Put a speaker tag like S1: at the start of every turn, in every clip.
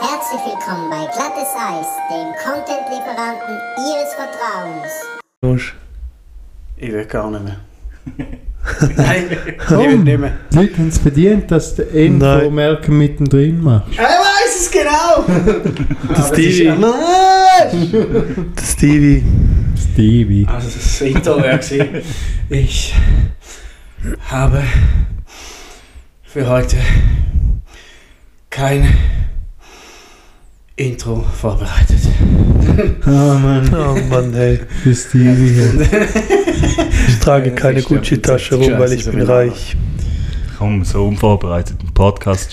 S1: Herzlich willkommen bei Glattes Eis, dem Content-Lieferanten Ihres Vertrauens.
S2: Los.
S3: Ich will gar nicht mehr. Nein, ich will
S4: Komm.
S3: nicht mehr.
S4: Die Leute haben es verdient, dass der Info
S2: Nein.
S4: Malcolm mittendrin macht.
S3: Er weiß es genau!
S2: Das
S3: Ja,
S2: Stevie.
S3: Mensch!
S2: Das Stevie.
S4: Stevie.
S3: Also das Intro wäre gewesen. Ich habe für heute kein Intro vorbereitet.
S4: Ah Mann,
S2: Oh Mann, hey.
S4: der Stevie hier.
S2: Ich trage
S3: Ja, das
S2: keine
S3: ist ja
S2: Gucci-Tasche
S3: witzig.
S2: rum, weil
S3: Scheiße,
S2: ich bin
S3: so
S2: reich.
S5: Komm, so unvorbereitet einen Podcast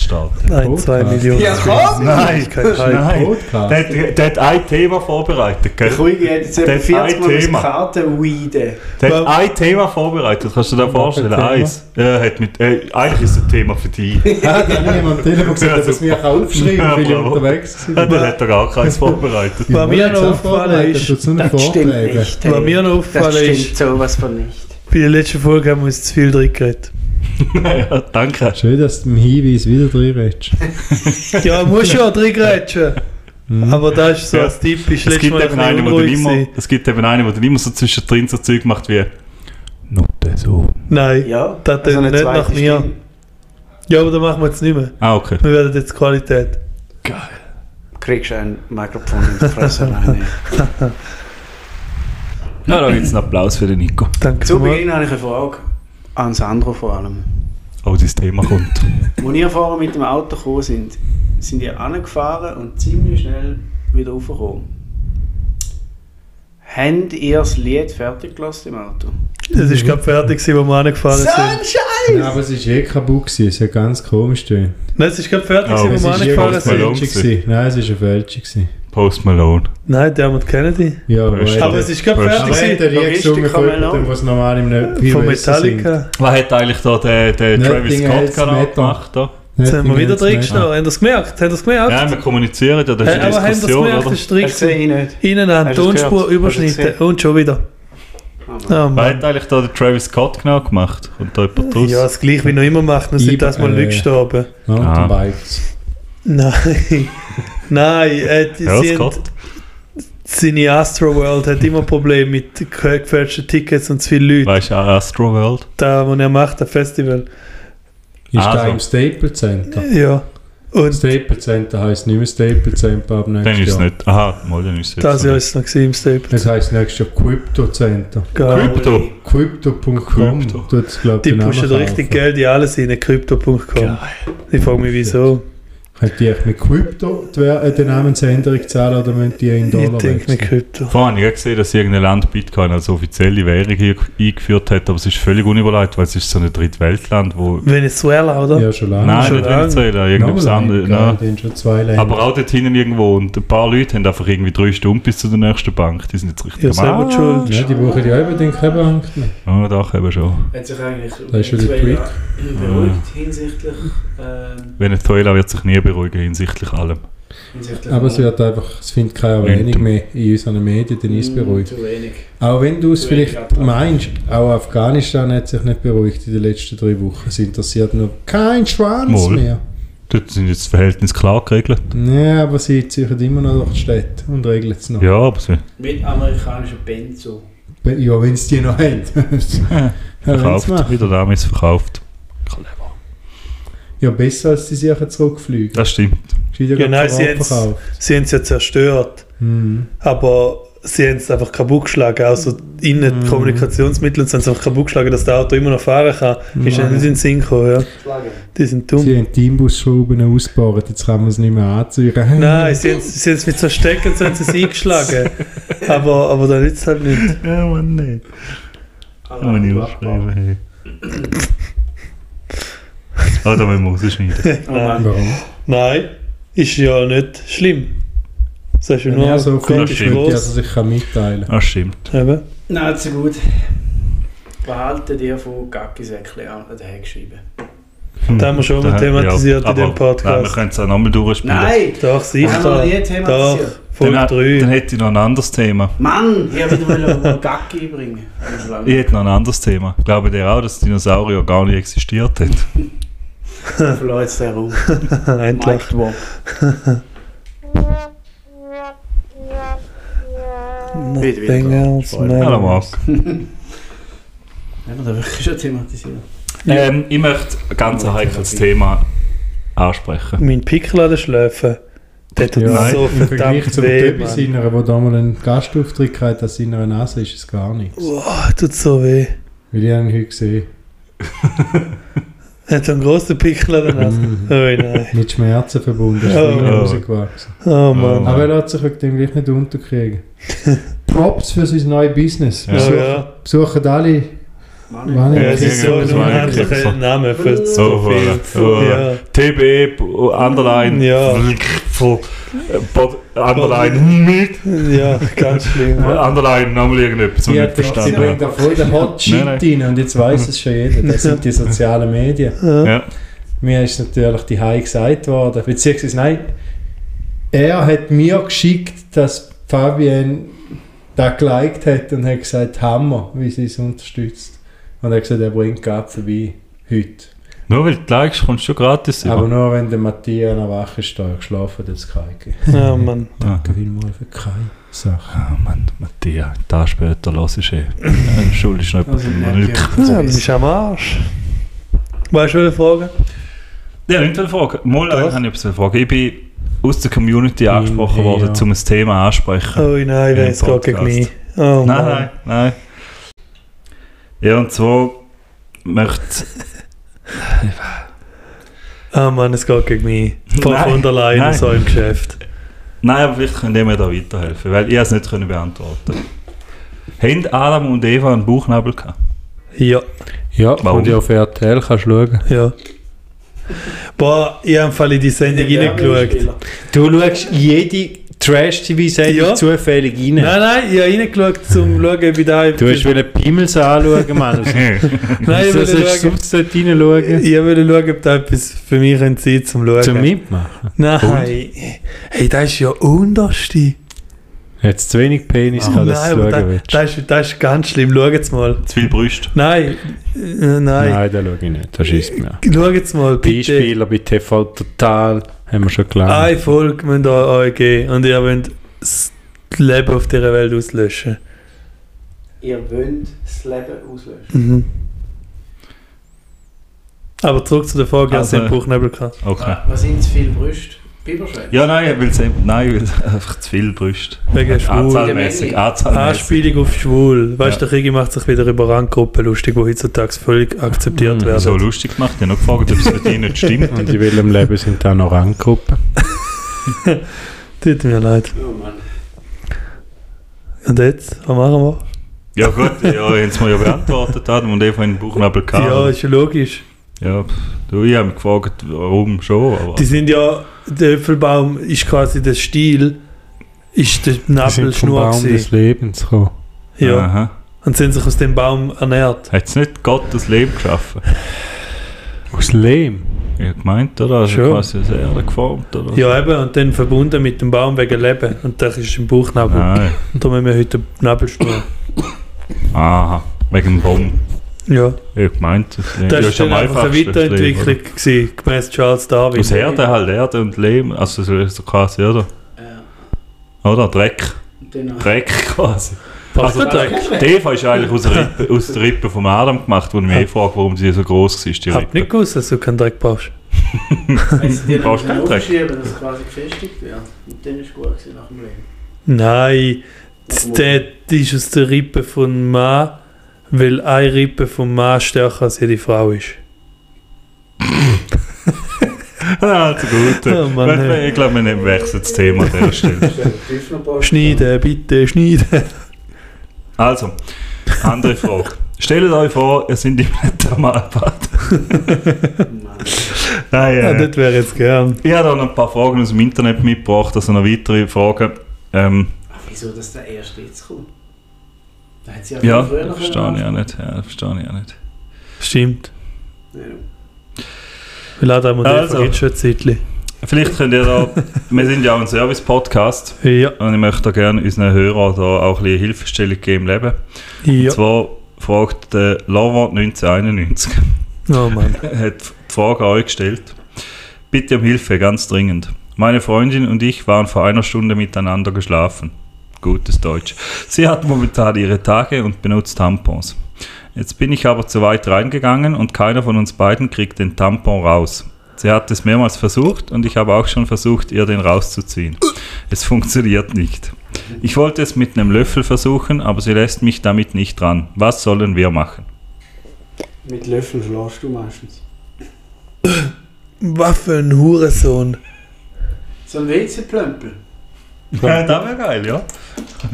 S5: starten.
S2: Nein, zwei
S4: Podcast.
S2: Millionen.
S3: Ja, komm!
S2: Nein, ich kein Hype.
S5: Nein,
S4: Podcast.
S5: der, der, der hat ein Thema vorbereitet,
S3: Der
S5: gell?
S3: Kuigi hat jetzt etwa
S5: Das
S3: 40
S5: ein
S3: Mal das
S5: Thema.
S3: Kartenweiden.
S5: Der hat ein Thema vorbereitet, kannst du dir das vorstellen?
S4: Thema?
S5: Eins. Er hat mit, äh, eigentlich ist es ein Thema für dich.
S4: Ah, da hat jemand am Telefon gesagt,
S5: Ja,
S4: dass mir auch aufschreiben,
S5: Ja,
S4: weil ich
S5: bravo.
S4: unterwegs
S5: Ja,
S4: war.
S5: Dann hat er gar keins vorbereitet.
S2: Bei mir noch aufgefallen ist,
S4: so eine
S3: Das stimmt
S4: Vorträge.
S3: nicht.
S2: Was mir noch
S3: das
S2: aufgefallen
S3: stimmt
S2: ist,
S3: sowas von nicht.
S2: bei der letzten Folge haben wir uns zu viel drin geredet.
S5: ja, danke.
S4: Schön, dass du im Hinweis wieder drin redest.
S2: Ja, muss ja drin gerätschen. Aber das ist so
S5: Ja.
S2: ein typisch.
S5: Es
S2: Letztes
S5: gibt,
S2: Mal
S5: eben
S2: ein
S5: einen,
S2: bisschen
S5: wo dann
S2: unruhig
S5: immer,
S2: gewesen.
S5: es gibt eben einen, der dann immer so zwischendrin so Zeug macht wie «Nur der Sohn».
S2: Nein,
S3: Ja,
S2: das tönt
S3: Also eine
S2: nicht
S3: zweite
S2: nach mir.
S3: Stimme.
S2: Ja, aber das machen wir jetzt nicht mehr.
S5: Ah, okay.
S2: Wir werden jetzt Qualität.
S5: Geil.
S3: Kriegst du ein Mikrofon in die Fresse rein. ey.
S5: Na, dann jetzt einen Applaus für den Nico.
S2: Danke
S3: Zu
S2: vielmals.
S3: Beginn habe ich eine Frage an Sandro vor allem.
S5: Oh, dein Thema kommt.
S3: Als ihr vorher mit dem Auto gekommen sind, sind ihr angefahren und ziemlich schnell wieder raufgekommen. Habt ihr das Lied fertig gelassen im Auto?
S2: Es ist gerade fertig, gewesen, wo wir angefahren sind.
S4: Ja, aber es war eh kaputt, gewesen, es hat ganz komisch gesehen.
S2: Nein, es ist gerade fertig,
S5: Oh,
S2: gewesen,
S5: es
S2: wo wir
S5: ist
S2: angefahren
S5: irgendwas
S2: sind.
S5: Malone
S4: Fälschung
S5: gewesen.
S4: eh gewesen. Nein, es war eine Fälschung. gewesen.
S5: Post Malone.
S2: Nein, der Dermot Kennedy.
S4: Ja, aber
S5: Verstehe.
S2: Aber
S4: er-
S2: es ist gerade
S5: Aber
S2: fertig.
S4: aber er hat
S2: gewesen.
S4: ja nie
S3: Logistiker
S4: gesungen von jemandem,
S3: Malone.
S4: was normal im Neu-
S2: Von
S4: POS singt.
S2: Metallica.
S5: Was hat eigentlich da der, der
S4: Nothing
S5: Travis
S4: else
S5: Scott gerade
S4: matters.
S5: gemacht? Da?
S2: Jetzt haben wir wieder
S4: Nothing
S2: drin
S4: else
S2: gestanden. Habt ihr es gemerkt? Habt ihr es gemerkt?
S5: Ja, wir kommunizieren ja, das
S2: Hey,
S5: ist eine
S2: aber haben das
S5: Diskussion,
S2: gemerkt, das
S5: oder?
S2: ist drin
S3: Das sehe ich nicht.
S2: Innen an,
S3: Hast du es
S2: Tonspur
S3: gehört? Hast du Ah,
S2: überschnitten
S3: es
S2: und schon wieder. Oh,
S5: Was
S2: Mann.
S5: hat eigentlich da der Travis Scott genau gemacht? Und da jemand draus?
S2: Ja, das gleiche wie noch immer macht, nur sind
S4: Ibe-
S2: das mal
S4: äh,
S2: nicht gestorben.
S4: Mountainbikes.
S2: Nein. Nein, äh, die
S5: ja,
S2: sind,
S5: Scott.
S2: seine Astroworld hat immer Probleme mit ge- gefälschten Tickets und zu vielen Leuten.
S5: Weißt du, auch Astroworld?
S2: Da, was er macht, das Festival.
S4: Ist
S5: Ah,
S4: da
S5: so.
S4: im Staple Center?
S2: Ja. Und
S4: Staple Center heisst nicht mehr Staple Center ab
S5: Dann ist
S4: nächstes
S5: es
S4: Jahr.
S5: nicht. Aha, mal, dann ist es
S2: das Jahr
S5: jetzt.
S2: ist es noch gewesen im Staples.
S4: Es heisst nächstes Jahr Crypto Center.
S2: Geil.
S5: Krypto.
S4: Crypto.com
S5: Crypto.
S4: tut es, glaube
S2: Die
S4: ich, den Namen
S2: pushen richtig
S4: kaufen.
S2: Geld in alles rein, crypto.com. Ich frage mich wieso.
S4: Könnt ihr euch mit Crypto die Wer- äh, die Namensänderung zahlen oder müsst ihr in
S2: Ich
S4: Dollar
S2: denke mit
S4: wechseln?
S2: Krypto.
S5: Vorhin habe ich ja gesehen, dass irgendein Land Bitcoin als also offizielle Währung hier eingeführt hat, aber es ist völlig unüberlegt, weil es ist so ein Drittweltland, wo...
S2: Venezuela, oder?
S4: Ja, schon lange.
S5: Nein,
S2: schon
S5: nicht
S2: lange.
S5: Venezuela,
S4: Noch
S5: irgendwas
S4: lange,
S5: anderes.
S4: geil,
S5: nein.
S4: die haben schon zwei Länder.
S5: Aber auch dort hinten irgendwo und ein paar Leute haben einfach irgendwie drei Stunden bis zu der nächsten Bank. Die sind jetzt richtig
S2: Ja, selber die Schuld.
S4: ja, die brauchen ja eben den Kebank. nicht.
S5: Ah, ja, doch, eben schon.
S3: Hat sich eigentlich
S4: Da ist schon der
S3: Venezuela
S4: Tweet. Ah.
S3: beruhigt hinsichtlich. ähm,
S5: Venezuela wird sich nie beruhigen hinsichtlich allem.
S3: hinsichtlich
S4: Aber es wird einfach, es findet keine Erwähnung
S5: Nicht.
S4: mehr in unseren Medien, dann ist es
S3: Mm,
S2: Mhm.
S4: beruhigt.
S3: Zu wenig.
S4: Auch wenn du es
S3: Zu
S4: vielleicht
S3: wenig Atlantik.
S4: meinst, auch Afghanistan hat sich nicht beruhigt in den letzten drei Wochen. Es interessiert noch kein Schwanz
S5: Moll.
S4: mehr.
S5: Dort sind jetzt das Verhältnis klar geregelt.
S4: Ja, aber sie ziehen immer noch durch die Städte und regeln es noch.
S5: Ja, aber sie
S3: Mit amerikanischen Benzo.
S4: Wenn- Ja, wenn es die noch haben.
S5: äh,
S4: Ja, wenn's
S5: verkauft.
S4: macht.
S5: Wieder damals verkauft.
S4: ja, besser als die sicher zurückfliegen.
S5: Das stimmt.
S4: Ist wieder
S2: Ja, nein,
S4: gerade
S2: Genau, sie haben's-
S4: verkauft.
S2: Sie haben es ja zerstört,
S4: Mhm.
S2: aber sie haben es einfach kaputt geschlagen. Also innen die Kommunikationsmittel und sie haben es einfach kaputt geschlagen, dass das Auto immer noch fahren kann. Ist ja nicht in den Sinn gekommen, ja. Die sind dumm.
S4: Sie haben die Imbusschrauben ausgebaut, jetzt kann man es nicht mehr anzügen.
S2: Nein, sie haben es sie haben's mit so Stecken so haben sie es eingeschlagen. Aber, aber dann nützt es halt nicht.
S5: Ja, Mann, nein. Muss ich aufschreiben, hey. Ah, da müssen wir rausschneiden.
S3: Oh
S2: Nein.
S4: Warum?
S2: Nein, ist ja nicht schlimm. Das ist ja
S4: Wenn
S2: nur
S4: er so
S2: Gott
S4: kommt,
S2: ist
S5: stimmt.
S4: könnte er
S2: groß.
S4: sich kann mitteilen.
S5: Das stimmt.
S2: Eben.
S3: Nein, zu gut. Was haltet ihr von Gackisäckchen an den geschrieben?
S2: Das haben wir schon mal
S5: Da-
S2: thematisiert in
S5: aber-
S2: dem Podcast.
S5: Nein, wir können es auch nochmal durchspielen.
S3: Nein!
S2: Doch, sicher.
S3: Haben wir noch nie
S2: Doch,
S3: thematisiert.
S2: Folge
S5: dann, dann
S2: 3.
S5: hätte ich noch ein anderes Thema.
S3: Mann, ich wollte wieder mal Gacki bringen. Also lange.
S5: Ich hätte noch ein anderes Thema. Glaubt ihr auch, dass Dinosaurier gar nicht existiert haben?
S3: Ich verlasse jetzt den Raum.
S2: Endlich.
S3: Mic drop.
S2: noch
S3: Wieder, wieder
S2: Dinge
S3: dran.
S2: als
S3: Freude.
S5: Hallo
S2: Melons.
S5: Marc.
S3: Haben wir da wirklich schon thematisiert?
S5: Ähm, ich möchte ganz ein heikles Thema ansprechen.
S2: Mein Pickel an den Schläfen, der tut
S4: Ja,
S2: so
S4: Im Vergleich
S2: verdammt
S4: zum
S2: weh,
S4: Töbi
S2: Mann.
S4: seiner, der da mal einen Gastauftritt hatte, an seiner Nase ist es gar nichts.
S2: Boah, tut so weh.
S4: Weil ich habe ihn heute gesehen.
S2: Er hat so einen grossen Pickel an der Nase.
S4: Mhm.
S2: Oh nein.
S4: Mit Schmerzen verbunden, ist
S2: Oh.
S4: oh. rausgewachsen.
S2: Oh Mann.
S5: Oh.
S4: Aber er lässt sich wegen dem gleich nicht unterkriegen. Props für sein neues Business.
S5: Ja.
S2: Oh
S4: Besuch,
S2: ja.
S4: Besuchen alle.
S3: Mann, ich-
S4: Mann,
S2: ja, es ist so ein
S5: Das war ein
S2: unendlicher
S5: Kipfer.
S2: Name für das
S5: Oh,
S2: Profil.
S5: voilà. Oh,
S2: Ja.
S5: TB, Underline,
S2: Ja.
S5: Pfl- äh, Pod- Underline, mit,
S2: ja, ganz schlimm.
S5: Underline, nochmal irgendetwas, was ich
S4: Die
S5: nicht
S4: hat sie
S5: verstanden
S4: bringt
S5: habe.
S4: da voll den Hot Shit
S5: Nein,
S4: rein und jetzt weiß es schon jeder. Das sind die sozialen Medien.
S5: Ja.
S4: Mir ist natürlich die Hai gesagt worden. Beziehungsweise, nein, er hat mir geschickt, dass Fabian da geliked hat und hat gesagt, Hammer, wie sie es unterstützt. Und er hat gesagt, er bringt gerade vorbei, heute.
S5: Nur weil du likest, kommst du schon gratis
S4: Aber
S5: über.
S4: nur wenn der Matthias noch wach ist, da geschlafen hat, es keinen gegeben.
S2: Oh Mann.
S5: Ah.
S4: Danke vielmals für keine Sache.
S5: Ah, Mann, Matthias, da später los ist eh. Äh, Schuld ist noch etwas.
S3: Also, nein,
S5: Ja,
S2: Ja, du bist am Arsch. Weißt du, welche Frage?
S5: nicht will fragen. Mal
S2: Doch.
S5: eigentlich habe ich etwas fragen. Ich bin aus der Community angesprochen
S4: Ja.
S5: worden, um ein Thema ansprechen.
S2: Oh nein,
S5: Ja,
S2: wenn es geht gegen
S5: Podcast.
S2: mich. Oh
S5: Nein,
S2: Mann.
S5: nein, nein. Ja, und zwar möchte
S2: Ah Mann, es geht gegen mich. Von
S5: Nein,
S2: von der Leyen
S5: nein.
S2: so im Geschäft.
S5: Nein, aber vielleicht könnt ihr mir da weiterhelfen, weil ich es nicht können beantworten Haben Adam und Eva einen Bauchnabel gehabt?
S2: Ja,
S6: Ja,
S5: Warum?
S6: wo du auf RTL kannst schauen.
S2: ja. Boah, ich habe im Fall in die Sendung
S3: Ja,
S2: reingeschaut.
S3: Spieler.
S4: Du schaust jede Trash-TV-Sendung
S2: Ja.
S4: zufällig rein.
S2: Nein, nein, ich habe reingeschaut, um zu schauen, wie da...
S4: Du hast wollen Pimmels anschauen, Mann.
S2: Nein, ich
S4: Wieso
S2: wollte
S4: sollst du
S2: schauen,
S4: sonst nicht reinschauen?
S2: ich wollte schauen, ob da etwas für mich sein könnte, zum Schauen.
S4: Zum Mitmachen.
S2: Nein. Hey, das ist ja unterste.
S4: Jetzt zu wenig Penis, kann das
S2: aber da,
S4: schauen willst.
S2: das, ist, das ist ganz schlimm. Schau jetzt mal.
S5: Zu viel Brüste.
S2: Nein, äh, nein.
S4: Nein, da schaue ich nicht. Das schießt mir.
S2: Schau jetzt mal, bitte.
S4: Beispieler bei TV Total haben wir schon gelernt.
S2: Eine Folge müsst ihr euch geben und ihr wollt das Leben auf dieser Welt auslöschen.
S3: Ihr wollt das Leben auslöschen.
S2: Mhm. Aber zurück zu der Frage, ich
S5: Also-
S2: hatte den Bauchnebel. gehabt.
S5: Okay.
S3: Was sind zu viele Brüste? Biberschwänze?
S5: Ja, nein, weil sie, nein, weil einfach zu viel Brüste.
S2: Wegen schwul.
S5: Anzahlmäßig,
S3: Menge.
S5: anzahlmäßig.
S2: Anspielung auf schwul. Weißt du,
S5: Ja.
S2: der Rigi macht sich wieder über Randgruppen lustig, die heutzutage völlig akzeptiert
S4: Mhm.
S2: werden.
S5: So lustig gemacht, ich habe noch gefragt, ob es mit ihnen nicht stimmt.
S4: Und in welchem Leben sind da noch Randgruppen?
S2: Tut mir leid.
S3: Oh Mann.
S2: Und jetzt, was machen wir?
S5: Ja gut, ja, jetzt mal ja beantwortet, Adam und Eva haben einen Bauchnabel
S2: Ja,
S5: gehabt.
S2: ist ja logisch.
S5: Ja, pff, du, ich habe mich gefragt, warum schon, aber...
S2: Die sind ja, der Äpfelbaum ist quasi der Stiel, ist der
S4: Die sind vom
S2: Nabelschnur
S4: Baum Ah.
S2: gewesen.
S4: des Lebens gekommen.
S2: Ja.
S5: Aha.
S2: Und sind sich aus dem Baum ernährt.
S5: Hat es nicht Gott das Leben geschaffen?
S4: Aus Lehm.
S5: Ich hab gemeint, oder? Also
S2: Schon.
S5: quasi aus Erde geformt, oder?
S2: Ja, eben, und dann verbunden mit dem Baum wegen Leben. Und das ist im Bauchnabel.
S4: Ah.
S5: Nein.
S2: Und da haben wir heute Nabelschnur.
S5: Aha, wegen dem Baum.
S2: Ja,
S5: Ich hab gemeint, das Leben
S2: das ist dann einfach eine Weiterentwicklung gewesen, gemäß Charles Darwin.
S5: Aus Erde halt, Erde und Lehm, also so ist doch quasi, oder?
S3: Ja.
S5: Oder? Dreck.
S3: Äh, Und dann noch-
S5: Dreck quasi.
S2: Passt
S5: Also
S2: also,
S5: Dreck. Die Eva ist eigentlich aus der Rippe, aus der Rippe vom Adam gemacht, wo ich mich eh frage, warum sie so groß war, die
S2: Hab
S5: Rippe.
S2: nicht gewusst, dass du keinen Dreck brauchst.
S3: Wenn sie dir
S5: Brauchst
S3: dann
S5: keinen Dreck.
S3: aufschieben, dass es quasi gefestigt wird. Und dann ist es gut gewesen nach dem Leben.
S2: Nein,
S3: Nach dem
S2: der ist aus der Rippe von Mann, weil eine Rippe vom Mann stärker als jede Frau ist.
S5: Ah, zu gut.
S2: Oh Mann,
S5: Wenn-
S2: hey.
S5: ich glaube, wir nehmen- wechseln das Thema an dieser Stelle.
S2: Schneiden, bitte, schneiden.
S5: Also, andere Frage. Stellt euch vor, ihr seid im Thermalbad.
S3: Mann.
S5: Nein,
S2: Ja,
S5: äh,
S2: das wäre jetzt gern.
S5: ich habe da noch ein paar Fragen aus dem Internet mitgebracht, also noch weitere Fragen. Ähm,
S3: Ach, Ah, Wieso, dass der erste jetzt kommt? Da hat sie
S5: ja,
S3: viel früher
S5: verstehe ich auch nicht. Ja, verstehe ich auch nicht.
S2: Stimmt.
S3: können.
S2: Wir laden mal
S5: Also.
S2: also. jetzt schon ein Zeitchen.
S5: Vielleicht könnt ihr da, wir sind ja auch ein Service-Podcast
S2: Ja,
S5: und ich möchte da gerne unseren Hörern da auch ein bisschen Hilfestellung geben im Leben.
S2: ja.
S5: Und zwar fragt der Lawart 1991.
S2: Oh Mann.
S5: hat die Frage an euch gestellt. Bitte um Hilfe, ganz dringend. Meine Freundin und ich waren vor einer Stunde miteinander geschlafen. Gutes Deutsch. Sie hat momentan ihre Tage und benutzt Tampons. Jetzt bin ich aber zu weit reingegangen und keiner von uns beiden kriegt den Tampon raus. Sie hat es mehrmals versucht und ich habe auch schon versucht, ihr den rauszuziehen. Es funktioniert nicht. Ich wollte es mit einem Löffel versuchen, aber sie lässt mich damit nicht dran. Was sollen wir machen?
S3: Mit Löffeln schläfst du meistens.
S2: Was für ein Hurensohn.
S3: So ein WC-Plömpel.
S5: Ja, das wäre geil, ja.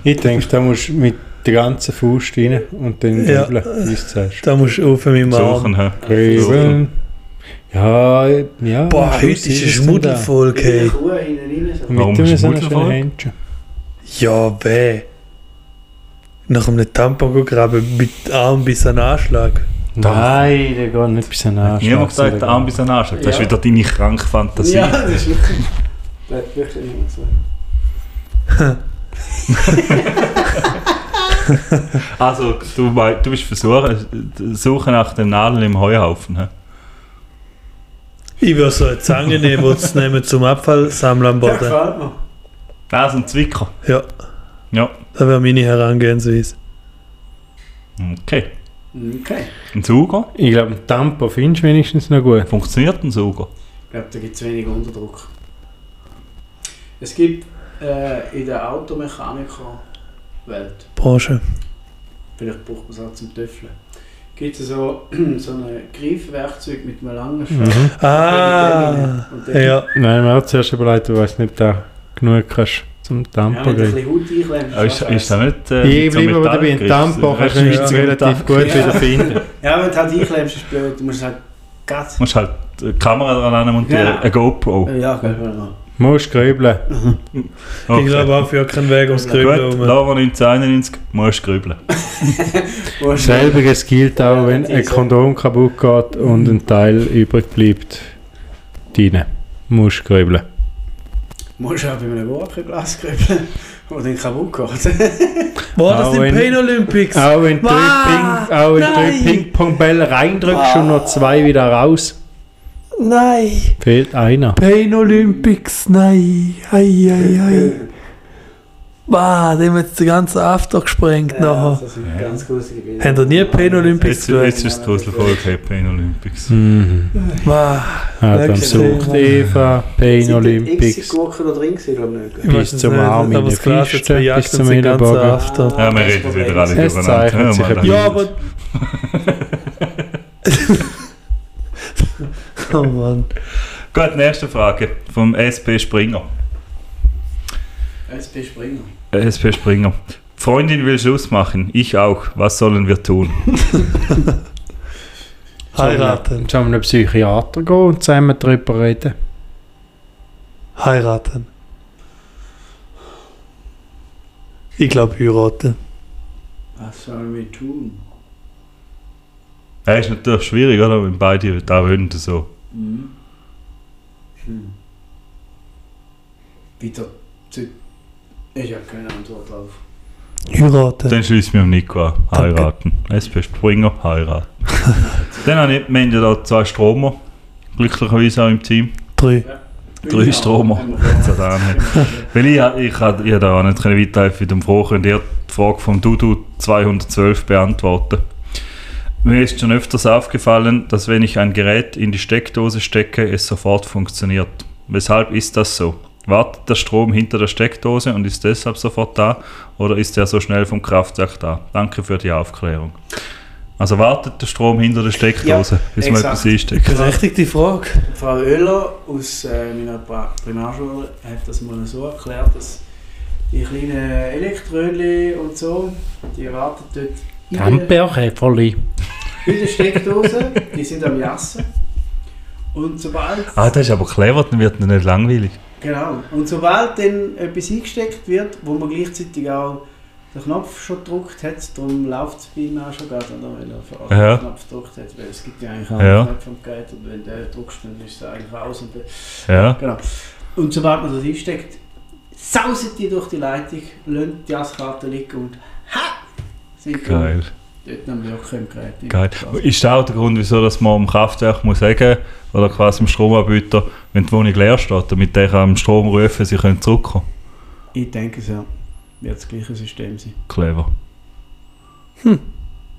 S4: Ich denke, da musst du mit der ganzen Faust rein und dann
S2: Ja.
S4: dribbeln, wie es sagst.
S2: Da musst du auf mit meinem Arm.
S5: Suchen, hä?
S4: Dribbeln. Also, Ja, ja.
S2: Boah, heute ist eine Schmuddelfolge.
S3: In die
S2: hey.
S3: Kuh hinten rein. So.
S5: Warum
S4: Mit dem
S5: ist
S4: so
S5: Schmuddel
S4: einem
S5: voll?
S4: Händchen.
S2: Ja, weh. Nach einem Tampon gehen graben mit Arm bis an den Anschlag.
S4: Nein, der geht nicht bis an den Arsch.
S5: Niemand sagt, "Ah, der Arm bis an den Arsch. Das ist
S3: Ja.
S5: wieder deine kranke Fantasie.
S3: Ja, das ist wirklich. Das hat wirklich niemand gesagt.
S5: Also, du, mei- du bist versuchen, suche nach den Nadeln im Heuhaufen. hä?
S2: Ich würde so eine Zange nehmen, die sie nehmen zum Abfall sammeln am Boden.
S3: Das gefällt mir.
S5: Das sind Zwicker.
S2: Ja,
S5: Ja,
S2: das wäre meine Herangehensweise.
S5: okay.
S3: Okay.
S5: Ein Suger?
S4: Ich glaube, ein Tampo findest du wenigstens noch gut.
S5: Funktioniert ein Suger?
S3: Ich glaube, da gibt es wenig Unterdruck. Es gibt äh, in der Automechaniker-Welt,
S2: Branche.
S3: vielleicht braucht man es auch zum Töffeln, gibt es so, so ein Griffwerkzeug mit einem langen Schwert.
S4: Mhm.
S2: Ah,
S3: Und dann-
S2: ja.
S4: Nein, mir hat zuerst überlegt, du weißt nicht, ob du genug kannst zum
S3: Ja,
S4: Tampo
S3: wenn du ein
S4: gehen.
S3: bisschen Haut einklemmst.
S5: Ja, ist,
S3: dann
S5: ist das nicht. Äh,
S4: Ich
S5: mit so
S4: bleibe aber dabei, ein
S5: Metallgriff?
S4: Tampo kannst du
S5: Ja,
S4: wenigstens
S5: ja,
S4: relativ
S5: Metall-
S4: gut
S3: Ja.
S4: wieder finden.
S3: Ja, wenn du halt einklemmst, ist es blöd. Du musst halt Gat.
S5: Du musst halt die Kamera dran montieren,
S3: Ja.
S5: eine GoPro.
S3: Eh, Ja, gell.
S4: Musst grübeln.
S5: Okay.
S2: Ich glaube auch, für keinen Weg ums
S5: Gut,
S2: Grübeln rum.
S5: Lava 1991, musst du grübeln.
S3: Wo ist-
S4: Selbiges gilt auch, wenn ein Kondom kaputt geht und ein Teil übrig bleibt. Deine. Musst grübeln.
S3: Musst du auch bei einem Gurkenglas grübeln, wo dann kaputt geht.
S2: Boah, das
S4: Auch
S2: sind
S4: wenn-
S2: Pain Olympics.
S4: Auch wenn du
S2: Ah,
S4: drei Ping- auch wenn du drei
S2: nein.
S4: Ping-Pong-Bälle reindrückst und noch zwei wieder raus,
S2: Nein.
S4: fehlt einer.
S2: Pain Olympics, nein. Ei, ei, ei. Wow, dem hat den ganzen After gesprengt
S3: Ja,
S2: nachher.
S3: das sind ganz große Gebilde.
S2: Habt ihr nie Pain Olympics
S5: Jetzt, jetzt
S2: gesehen?
S5: ist die Gruselfolge Pain Olympics.
S4: Mhm.
S2: Wow.
S4: Ah, dann
S2: Wirklich?
S4: sucht Eva, Pain Olympics.
S3: Gurken da drin gewesen, glaube ich. nicht, gell?
S2: Ich weiß
S4: Bis zum
S2: es nicht,
S4: Arm in
S2: aber
S4: der
S2: das Glas jetzt
S4: Fiste,
S2: bejagt
S4: bis
S2: uns
S4: zum
S2: den ganzen
S4: Ellenbogen.
S2: After.
S5: Ja, wir reden wieder alle
S4: Es
S5: durcheinander.
S4: zeichnet sich
S5: Hör mal,
S4: ein
S2: Ja, aber.
S5: dann-
S2: oh Mann.
S5: Gut, nächste Frage vom SP Springer.
S3: SP Springer.
S5: SP Springer. Freundin will Schluss machen, ich auch. Was sollen wir tun?
S2: Heiraten.
S4: Zu einem Psychiater gehen und zusammen darüber reden.
S2: Heiraten. Ich glaube, heiraten.
S3: Was sollen wir tun?
S5: Ja, ist natürlich schwierig, oder? Wenn beide da wollen, so.
S3: Mhm. Hm. Wieder zu. Ich habe keine Antwort drauf.
S2: Heiraten.
S5: Dann schließen wir am Nico an.
S2: Danke.
S5: Heiraten. SP Springer, heiraten. Dann habe ich, wir haben ja da zwei Stromer. Glücklicherweise auch im Team.
S2: Drei.
S5: Drei Stromer. Verdammt. Weil ich, ich, ich, ich da auch nicht können weiterhelfen mit dem Froh. Könnt ihr die Frage vom Dudu 212 beantworten? Mir ist schon öfters aufgefallen, dass wenn ich ein Gerät in die Steckdose stecke, es sofort funktioniert. Weshalb ist das so? Wartet der Strom hinter der Steckdose und ist deshalb sofort da oder ist er so schnell vom Kraftwerk da? Danke für die Aufklärung. Also wartet der Strom hinter der Steckdose, bis man
S3: exakt.
S5: etwas einsteckt.
S2: Berechtigte Frage.
S3: Frau Oehler aus äh, meiner pra Primarschule hat das mal so erklärt, dass die kleinen Elektröhnchen und so, die warten dort in der-
S4: Tamperkäferli.
S3: in der Steckdose, die sind am Jassen. Und sobald,
S5: Ah, das ist aber clever, dann wird er nicht langweilig.
S3: genau, und sobald dann etwas eingesteckt wird, wo man gleichzeitig auch den Knopf schon gedrückt hat, darum läuft es bei ihm auch schon gerade, oder? weil er vorher
S5: Ja.
S3: den Knopf gedrückt hat, weil es gibt ja eigentlich auch
S5: Ja.
S3: einen Knopf am Gerät und wenn du drückst, dann ist es eigentlich aus und dann
S5: Ja.
S3: Genau. Und sobald man das einsteckt, sauset die durch die Leitung, lönt die Jaskarte liegen und ha! Sind
S5: Geil.
S3: wir Dort haben wir auch kein Gerät.
S5: Geil. Ist das auch der Grund, wieso dass man am Kraftwerk muss sagen oder quasi im Stromanbieter, wenn die Wohnung leer steht, damit der am Strom rufen, sie können zurückkommen?
S3: Ich denke es ja. wird das gleiche System sein.
S5: Clever.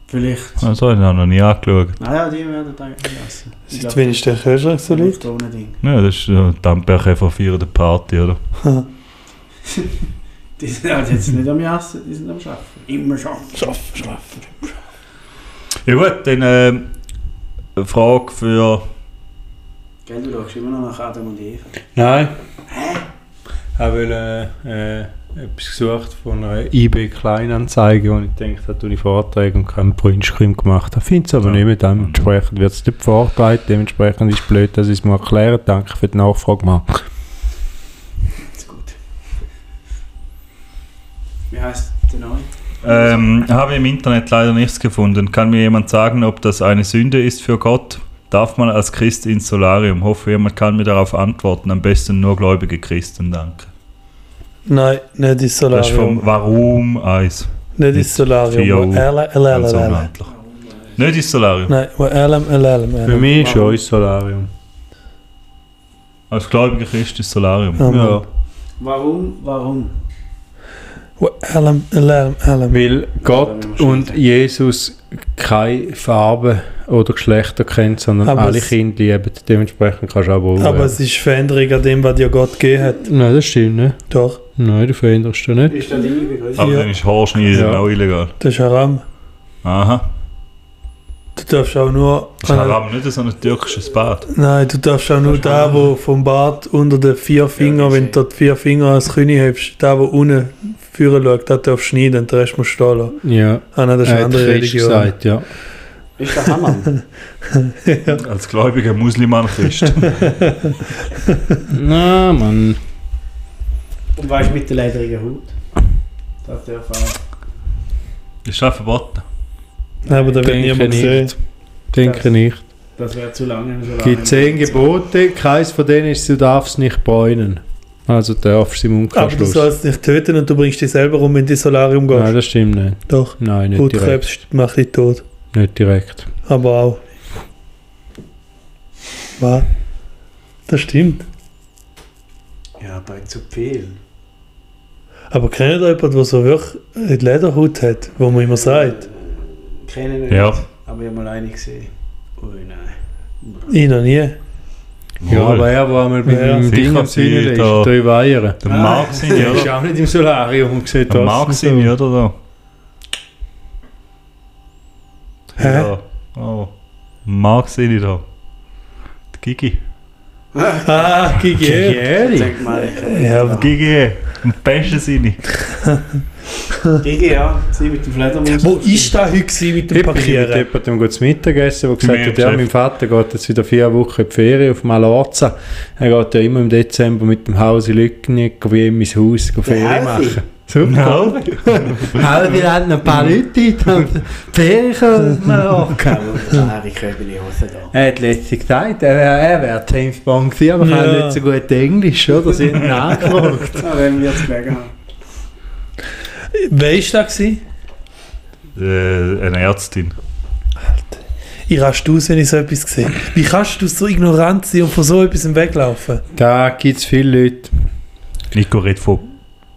S3: Vielleicht.
S5: Ah, So habe ich auch noch nie angeschaut.
S3: Naja, die werden da gelassen. Ich
S2: Seit
S3: glaub,
S2: wann ist der Kühlschrank so
S3: das
S2: leid?
S3: ist ohne Ding.
S5: Ja, das ist äh, Dampfbärkäfer feiern der Party, oder?
S3: Die sind halt jetzt nicht am Jassen, die sind am Schaffen. Immer Schaffen. Schaffen, Schaffen.
S5: Ja gut, dann ähm, eine Frage für...
S3: Gell, du schaust immer noch nach Adam und Eva.
S4: Nein. Ich habe äh, äh, etwas gesucht von einer eBay Kleinanzeige und ich denke, da tue ich Vorträge und keinen Printscreen gemacht. Ich finde es aber
S5: Ja.
S4: nicht mehr. Dementsprechend wird es nicht vorbereitet. Dementsprechend ist es blöd, dass ich es mal erkläre. Danke für die Nachfrage, Mann.
S3: Ist gut. Wie heisst der neue?
S5: Ähm, habe im Internet leider nichts gefunden. Kann mir jemand sagen, ob das eine Sünde ist für Gott? Darf man als Christ ins Solarium? Hoffe, jemand kann mir darauf antworten. Am besten nur gläubige Christen, danke.
S2: Nein, nicht ins
S5: Das ist
S2: Solarium.
S5: vom Warum Eis.
S2: Nicht ins
S5: Vier
S2: Solarium.
S5: Uhr.
S2: Wo Erle-
S5: Ganz
S2: LLLL.
S5: unhandlich. Nicht ins Solarium.
S2: Nein, wo LM, LLM,
S4: Für
S2: LLM.
S4: mich ist auch das Solarium.
S5: Als gläubige Christ ist Solarium.
S2: Ja.
S4: Ja.
S3: Warum, warum?
S2: Wo LM, LLM, LLM.
S4: Weil Gott und Jesus keine Farbe oder Geschlechter kennt, sondern
S2: Aber
S4: alle
S2: es-
S4: Kinder lieben. Dementsprechend kannst du
S3: Oh,
S4: aber auch. äh,
S2: Aber es ist Veränderung an dem, was dir Gott gegeben hat.
S4: Nein, das stimmt nicht.
S2: Doch,
S4: Nein, du veränderst du nicht.
S3: Ist da deine Begrüßung?
S5: Aber
S2: Ja.
S5: dann ist Haarschneiden
S4: Ja.
S5: auch illegal.
S2: das ist Haram.
S5: Aha.
S2: Du darfst auch nur.
S5: Ist Haram nicht so ein türkisches Bad?
S2: Nein, du darfst auch nur
S3: Das ist
S2: da,
S3: Haram.
S2: wo vom Bart unter den vier Fingern, wenn du die vier Finger als König hast, da, wo unten führen schaut, da darfst du schneiden, den Rest musst du stehen lassen.
S4: Ja,
S2: Ah, nein, das ist
S4: er
S2: eine
S4: hat
S2: andere
S4: Christ
S2: Religion.
S4: gesagt, ja.
S3: Ist der Hammer?
S5: Als gläubiger Musliman Christ.
S4: Na, Mann.
S3: und weißt du, mit der ledrigen Haut? Das darf auch.
S5: ist das verboten?
S2: Nein, aber da wird
S4: Denke
S2: niemand
S4: nicht.
S2: sehen.
S4: Denke nicht.
S3: Das wäre zu lange. So
S4: Es gibt zehn Gebote, keins von denen ist, du darfst nicht bräunen. Also darfst du im
S2: Aber du
S4: Umkehrschluss.
S2: sollst nicht töten und du bringst dich selber um, wenn du ins Solarium gehst.
S4: Nein, das stimmt nicht.
S2: Doch,
S4: Nein, nicht direkt.
S2: Hautkrebs macht dich tot.
S4: Nicht direkt.
S2: Aber auch. Was? Das stimmt.
S3: Ja, bei zu viel.
S2: Aber kennt ihr jemanden, der so wirklich eine Lederhaut hat, wo man immer sagt?
S3: Kennen wir
S5: Ja.
S3: nicht. Aber ich habe mal eine gesehen. Ui, nein.
S2: Ich noch nie.
S4: Ja,
S5: Wohl.
S4: aber er, der einmal beim
S2: Ja,
S5: sicher,
S4: Ding am
S5: sie
S4: Finnen ist,
S5: da-
S4: drei Weiher.
S5: Der
S3: Ah.
S5: Marx sind
S4: Der ist
S5: ja.
S4: auch nicht im Solarium und sieht
S5: Der
S4: das.
S5: Marx sind ja, oder? da?
S2: Hä?
S5: Ja. Oh. Marx sind da. Die Gigi.
S2: Ah, Gigi.
S4: Jährlich.
S3: Sag mal, ich kenne
S2: Ja, aber
S5: Die Gigi. Am besten sind ich.
S3: Gigi, ja. Sie mit dem Fledermaus.
S2: Wo ist da heute gewesen mit dem
S4: Ich bin mit
S2: Parkieren?
S4: jemandem gut zu Mittagessen, der gesagt
S5: mir im
S4: hat, ja,
S5: Chef.
S4: mein Vater geht jetzt wieder vier Wochen in die Ferien auf Malorza. Er geht ja immer im Dezember mit dem Haus in Lücknick, wie in mein Haus, gehen Ferien
S3: Hausi?
S4: machen. Mhm. Super.
S5: No.
S4: Aber wir hatten ein paar Leute in die Ferien Mallorca.
S3: Ah, ich könnte die Hose da.
S4: Er hat letztens gesagt, er, wär- er wäre James Bond gewesen, aber
S2: Ja.
S4: er kann nicht so gut Englisch, oder? Sie haben ihn angefragt.
S3: Ah, wenn wir es gelegen haben.
S2: Wer ist da gewesen?
S5: äh, eine Ärztin.
S2: Ich raste aus, wenn ich so etwas sehe. Wie kannst du so ignorant sein und von so etwas weglaufen?
S4: Da gibt es viele Leute.
S5: Nico redet von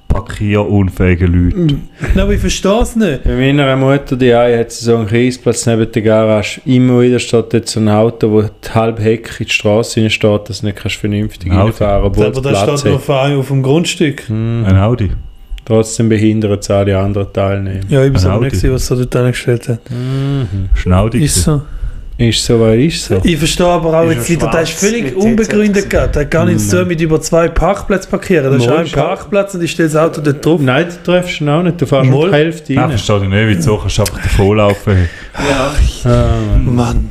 S5: parkierunfähigen Leuten.
S2: Nein, aber ich verstehe es nicht.
S4: Bei meiner Mutter, die eine, hat sie so einen Kiesplatz neben der Garage. Immer wieder steht dort so ein Auto, wo die halbe Hecke in die Straße rein steht, dass du nicht kannst vernünftig
S5: Ein Auto.
S4: reinfahren obwohl
S2: Aber
S4: es
S2: da
S4: Platz
S2: steht nur
S4: hat.
S2: vor allem auf dem Grundstück.
S4: Hm.
S5: Ein Audi.
S4: Trotzdem behindern es alle anderen Teilnehmer.
S2: Ja, ich bin
S5: Ein
S2: so
S5: Audi.
S2: nicht gewesen, was er dort angestellt hat.
S4: Mhm.
S5: Ist ein Audi.
S2: Ist
S5: gewesen.
S2: so.
S4: Ist so, weil ist so.
S2: Ich verstehe aber auch
S3: Ist
S2: jetzt
S3: ja
S2: wieder, das ist
S3: schwarz
S2: völlig
S3: mit
S2: unbegründet.
S3: TZ.
S2: gehabt. Der hat gar nichts zu tun mit über zwei Parkplätze parkieren. Das ist
S4: Mal
S2: ein
S4: schon.
S2: Parkplatz und ich stelle das Auto dort drauf.
S4: Nein, du treffst ihn auch nicht, du fährst nur
S2: Mal.
S4: die Hälfte
S5: Nein,
S4: rein.
S5: verstehe ich nicht, wieso kannst du einfach davonlaufen.
S3: Ja,
S4: Ah, Mann.
S2: Mann.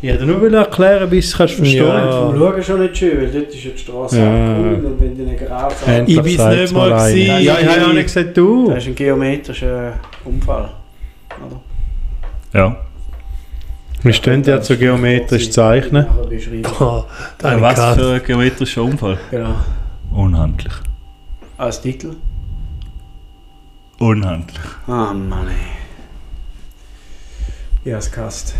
S4: ich hätte nur will erklären, bis du kannst verstehen
S3: ja.
S2: Ja.
S3: vom Schauen schon nicht schön, weil dort ist ja die Straße
S4: Ja.
S3: abgerundet und wenn du in eine Garage
S4: Endlich
S2: Ich bin's
S4: sagt's
S2: nicht mal
S4: einer.
S2: gewesen.
S4: Ja, ich habe auch nicht gesagt,
S3: Das
S4: du.
S3: ist ein geometrischer Unfall. Oder?
S5: Ja.
S4: Wir stehen ja zu geometrisch zeichnen.
S3: Nachher beschreiben.
S2: Oh, deine
S5: Was
S2: Karte.
S5: für ein geometrischer Unfall?
S3: Genau.
S5: Unhandlich.
S3: Als Titel.
S5: Unhandlich.
S3: Ah, Mann, ey. Ich hab's gehasst.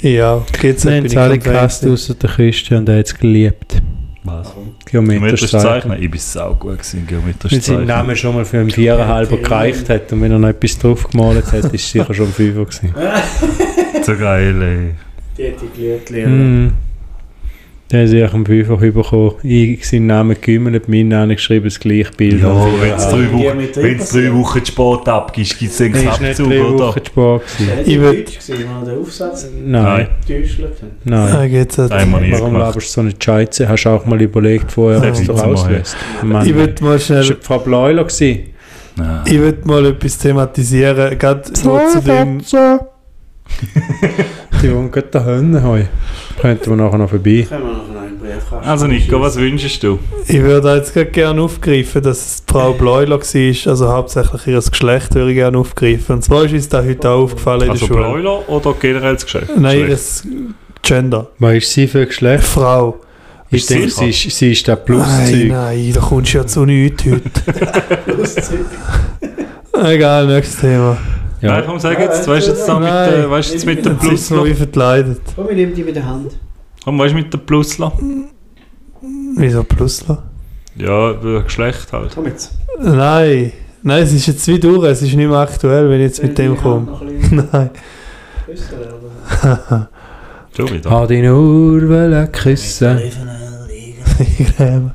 S2: Ja, geht's
S4: Jetzt haben sie alle gehasst, außer der Christian, der hat es geliebt.
S5: Was?
S3: Warum?
S5: Geometrisch
S4: geometrisch zeichnen.
S5: zeichnen. Ich bin saugut gewesen in geometrisch
S4: Wenn sein
S5: zeichnen.
S4: Name schon mal für einen Viererhalber
S3: Okay.
S4: gereicht hat und wenn er noch etwas draufgemalt hat, ist es sicher schon ein Fünfer gewesen.
S5: So geil, ey.
S3: Die hätte ich gelernt. lernen.
S4: Mhm. Der ist sicher einen Fünfer bekommen. Ich seinen Namen gekümmert, meinen Namen geschrieben, das gleiche Bild. Also,
S5: Ja,
S4: Ein
S5: wenn es
S4: Viererhalber.
S5: drei Wochen,
S3: Geometrie
S5: wenn's drei
S3: passiert.
S5: Wochen zu spät abgibst, gibt es den
S4: Er ist nicht
S5: Abzug,
S4: drei
S5: oder?
S4: Wochen zu spät
S3: Der
S4: gewesen.
S3: hätte ich Deutsch gesehen, wenn er den Aufsatz
S4: Nein,
S3: Deutsch gesehen
S4: nein.
S2: Ah, geht's halt.
S5: Einmal nie
S4: Warum
S5: gemacht.
S4: laberst du so eine Scheiße? Hast du auch mal überlegt vorher,
S5: Selbst
S4: was du
S5: nicht zu machen.
S4: rauslässt? Mann,
S2: Ich
S4: ey.
S2: würde mal
S4: das war
S2: schnell,
S4: die Frau Bleuler. gewesen.
S5: Nein.
S2: ich würde mal etwas thematisieren, gerade so zu dem,
S4: Die wohnt gerade da hinten. heu. Könnten wir nachher noch vorbei.
S3: Können wir noch einen Briefkasten
S5: Also Nico, was wünschst du?
S2: ich würde auch jetzt gerade gerne aufgreifen, dass es die Frau Bleuler war, also hauptsächlich ihr Geschlecht würde ich gerne aufgreifen. Und zwar ist uns da heute auch aufgefallen in
S5: Also
S2: der Schule.
S5: Bräuler oder generell das Geschäft?
S2: Nein, das Gender.
S4: Was ist sie für ein Geschlecht?
S2: Frau.
S4: Ich
S5: Bist du
S4: denke, sie
S5: sicher?
S4: ist, sie ist der
S2: Nein,
S4: Pluszeug.
S2: nein, da kommst du ja zu nichts heute.
S3: Auszug.
S2: Egal, nächstes Thema.
S5: Nein,
S4: Ja.
S5: komm, sag jetzt, weißt du jetzt, da mit,
S2: Nein.
S5: der- weißt du jetzt mit dem
S2: Jetzt sitzen
S5: Plusler?
S2: wir wie verkleidet.
S3: Komm, ich nehme die mit der Hand.
S5: Komm, weißt du mit dem Plusler?
S2: Wieso Plusler?
S5: Ja, das Geschlecht halt.
S3: Komm jetzt.
S2: Nein, nein, es ist jetzt wie durch, es ist nicht mehr aktuell, wenn ich jetzt mit dem komme. Nein.
S5: Du wieder.
S4: Hab dich nur wollen küssen.
S2: Ich glaube.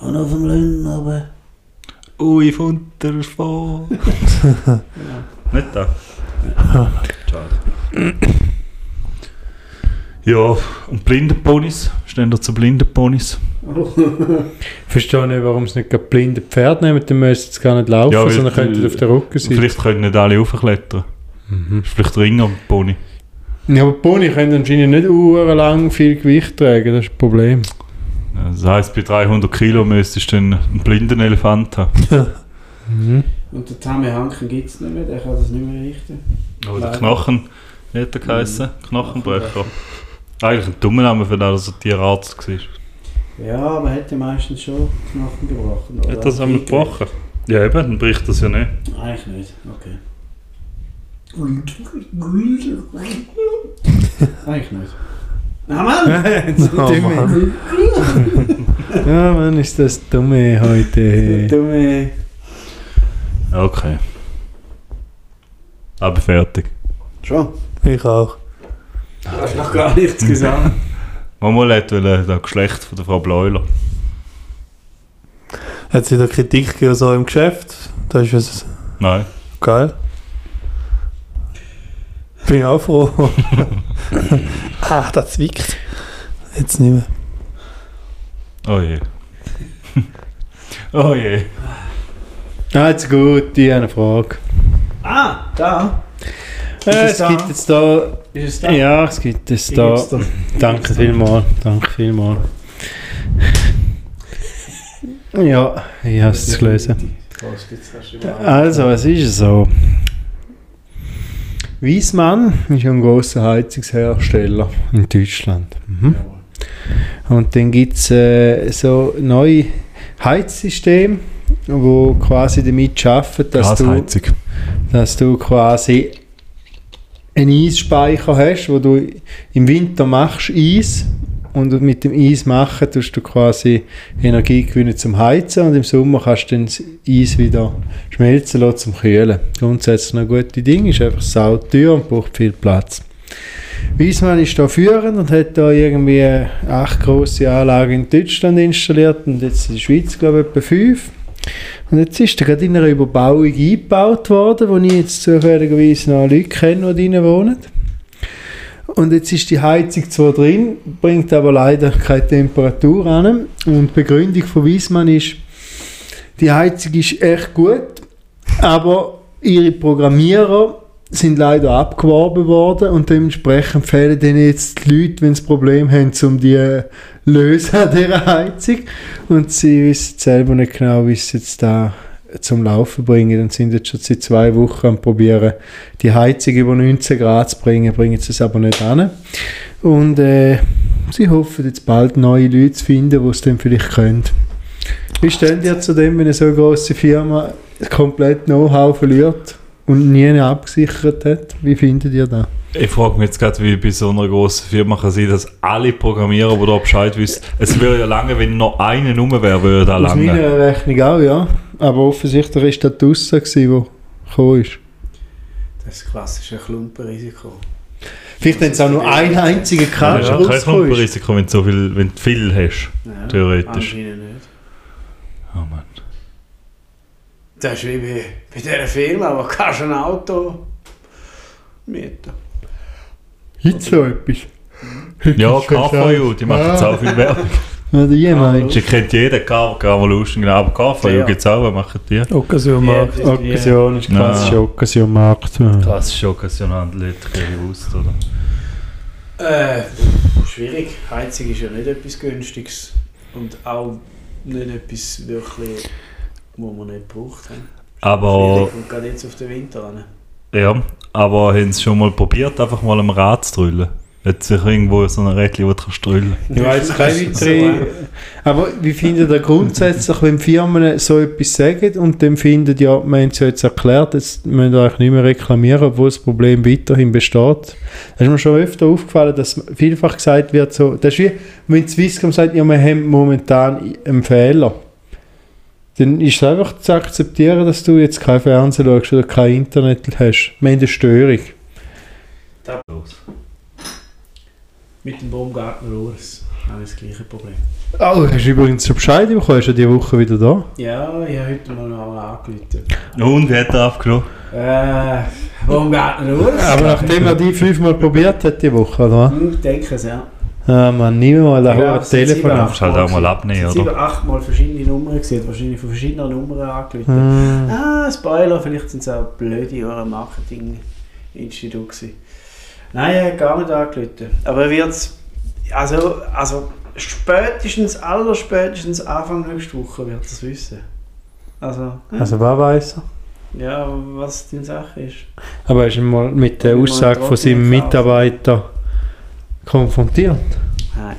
S3: Und auf dem Lönn aber.
S5: Ui, von der Fall. Nicht da. Schade. Ja, und Blindenponys? Stehen da zu Blindenponys?
S3: Oh.
S4: Verstehe nicht, warum sie nicht gerade blinde Pferd nehmen, dann müssen sie gar nicht laufen,
S5: Ja, weil-
S4: sondern könnten auf der Rücken sein.
S5: Vielleicht können nicht alle raufklettern.
S4: Mhm.
S5: Ist vielleicht Ringer und Pony.
S4: Ja, aber die Pony können anscheinend nicht uhrenlang viel Gewicht tragen, das ist das Problem.
S5: Also Das heisst, bei 300 Kilo müsstest du dann einen blinden Elefant haben.
S4: Mhm.
S3: Und der Tame Hanken gibt es nicht mehr, der kann das nicht mehr richten.
S5: Oh, der
S3: Leider.
S5: Knochen, wie hat der geheißen?
S4: Mhm.
S5: Knochenbrecher. Eigentlich ein dummer Name für den, dass er Tierarzt war.
S3: Ja, aber hätte meistens schon Knochen gebrochen. oder?
S5: Hat das einmal gebrochen? Ja, eben, dann bricht das ja nicht.
S3: Eigentlich nicht, okay. Eigentlich nicht. Na Mann!
S2: Oh, Mann.
S4: Ja, Mann, ist das dumme heute.
S3: Dumme.
S5: Okay. Aber fertig.
S3: Schon.
S2: Ich auch.
S3: Du hast noch gar nichts gesagt.
S5: Mama hat wollte äh, das Geschlecht von der Frau Bleuler.
S2: Hat es wieder Kritik gegeben so im Geschäft? Da ist es
S5: Nein.
S2: geil. Bin ich auch froh. ah, das zwickt. Jetzt nicht mehr.
S5: Oh je. oh je.
S4: Ah, jetzt gut, ich habe eine Frage.
S3: Ah, da. Ist
S4: Äh,
S3: es
S4: es
S3: da?
S4: gibt jetzt da...
S3: Ist es da?
S4: Ja, es gibt es
S3: Wie
S4: da...
S3: gibt's das?
S4: Danke vielmals, danke vielmals. Ja, ich habe es zu lösen.
S3: Was gibt's da schon?
S4: Also, es ist so. Wiesmann ist ein großer Heizungshersteller in Deutschland. Mhm.
S3: Jawohl.
S4: Und dann gibt es äh, so neue Heizsysteme, wo quasi damit schaffen, dass du,
S5: Gasheizung.
S4: dass du quasi einen Eisspeicher hast, wo du im Winter machst Eis und mit dem Eis machen tust du quasi Energie gewinnen zum Heizen und im Sommer kannst du dann das Eis wieder schmelzen lassen zum Kühlen. Grundsätzlich ein gutes Ding, ist einfach sau teuer und braucht viel Platz. Wiesmann ist da führend und hat da irgendwie acht große Anlagen in Deutschland installiert und jetzt in der Schweiz glaube ich etwa fünf. Und jetzt ist er gerade in einer Überbauung eingebaut worden, wo ich jetzt zufälligerweise noch Leute kenne, die drinnen wohnen. Und jetzt ist die Heizung zwar drin, bringt aber leider keine Temperatur an. Und die Begründung von Wiesmann ist, die Heizung ist echt gut, aber ihre Programmierer sind leider abgeworben worden und dementsprechend fehlen denen jetzt die Leute, wenn sie Probleme haben, um die äh, lösen an dieser Heizung. Und sie wissen selber nicht genau, wie sie jetzt da zum Laufen bringen. Dann sind jetzt schon seit zwei Wochen am Probieren, die Heizung über 19 Grad zu bringen, bringen sie es aber nicht an. Und äh, sie hoffen jetzt bald neue Leute zu finden, die es dann vielleicht können. Wie stehen ihr zu dem, wenn eine so große Firma komplett Know-how verliert und nie eine abgesichert hat? Wie findet ihr das?
S5: Ich frage mich jetzt gerade, wie bei so einer großen Firma kann sein, dass alle Programmierer, die da Bescheid wissen, es wäre ja lange, wenn noch einer rum wäre, würde da
S4: Aus
S5: lange.
S4: meiner Rechnung auch, ja. Aber offensichtlich ist das draussen, gewesen, wo gekommen ist.
S3: Das klassische Klumpenrisiko.
S4: Vielleicht haben sie auch nur einen einzigen
S5: Ja,
S4: gehabt,
S5: das
S4: der
S5: ist ja kein
S4: rausgekommen ist.
S5: Klumpenrisiko, wenn du, so viel, wenn du viel hast.
S3: Ja,
S5: Theoretisch.
S3: Anscheinend nicht.
S5: Oh Mann.
S3: Das ist wie bei, bei dieser Firma, wo kannst du ein Auto mieten.
S4: Jetzt so etwas.
S5: Ja, Car for You, die machen jetzt auch viel Werbung.
S4: Wenn du je meinst.
S5: Die kennt jeder Car, Car Evolution, genau, aber Car for You
S3: Ja.
S5: gibt es auch, was machen die?
S2: Occasion Markt.
S3: Ja, irgendwie-
S4: Okkasion ist
S5: Nein.
S4: klassische Okkasion Markt. Ja.
S5: Klassische Occasionhandel, hätte ich ja gewusst, oder?
S3: Äh, schwierig. Heizung ist ja nicht etwas Günstiges. Und auch nicht etwas wirklich, wo man nicht braucht. he?
S5: Aber,
S3: Schwierig und gerade jetzt auf den Winter an.
S5: ja, aber haben sie schon mal probiert, einfach mal am Rad zu drüllen? Hat sich irgendwo so ein Rädchen, das kannst drüllen
S4: Ich weiß keine weitere. Aber wie findet ihr grundsätzlich, wenn Firmen so etwas sagen und dann finden, ja, wir haben es ja jetzt erklärt, jetzt müssen wir eigentlich nicht mehr reklamieren, obwohl das Problem weiterhin besteht. Das ist mir schon öfter aufgefallen, dass vielfach gesagt wird, so, das ist wie, wenn Swisscom sagt, ja, wir haben momentan einen Fehler. Dann ist es einfach zu akzeptieren, dass du jetzt kein Fernsehen schaust oder kein Internet hast. Wir haben eine Störung.
S5: Los.
S3: Mit dem Baumgartner Urs habe ich das gleiche Problem.
S4: Oh, du hast übrigens schon Bescheid bekommen, hast du diese Woche wieder da?
S3: Ja, ich habe heute mal noch angerufen.
S5: Und, wer hat er aufgenommen?
S3: Äh, Baumgartner Urs?
S4: Aber nachdem er die fünfmal probiert hat die Woche, oder?
S3: Hm, Ich denke es, ja.
S4: Ah, man, nimm mal da
S3: Ja,
S4: ja,
S3: das sind
S4: Telefon
S3: sieben,
S4: ab.
S5: Kannst halt auch mal abnehmen,
S3: Es sind
S5: oder?
S3: über achtmal verschiedene Nummern gesehen, wahrscheinlich von verschiedenen Nummern angerufen.
S4: Ah,
S3: Ah, Spoiler, vielleicht sind es auch blöde oder Marketinginstitut gewesen. Nein, er hat gar nicht angerufen. Aber er wird's, also, also spätestens, allerspätestens Anfang nächste Woche wird er es wissen. Also,
S4: Also wer weiß?
S3: ja, was die Sache ist.
S4: Aber er ist mal mit der
S3: Ich bin mal
S4: Aussage von seinem
S3: getroffen,
S4: Mitarbeiter konfrontiert.
S3: Nein.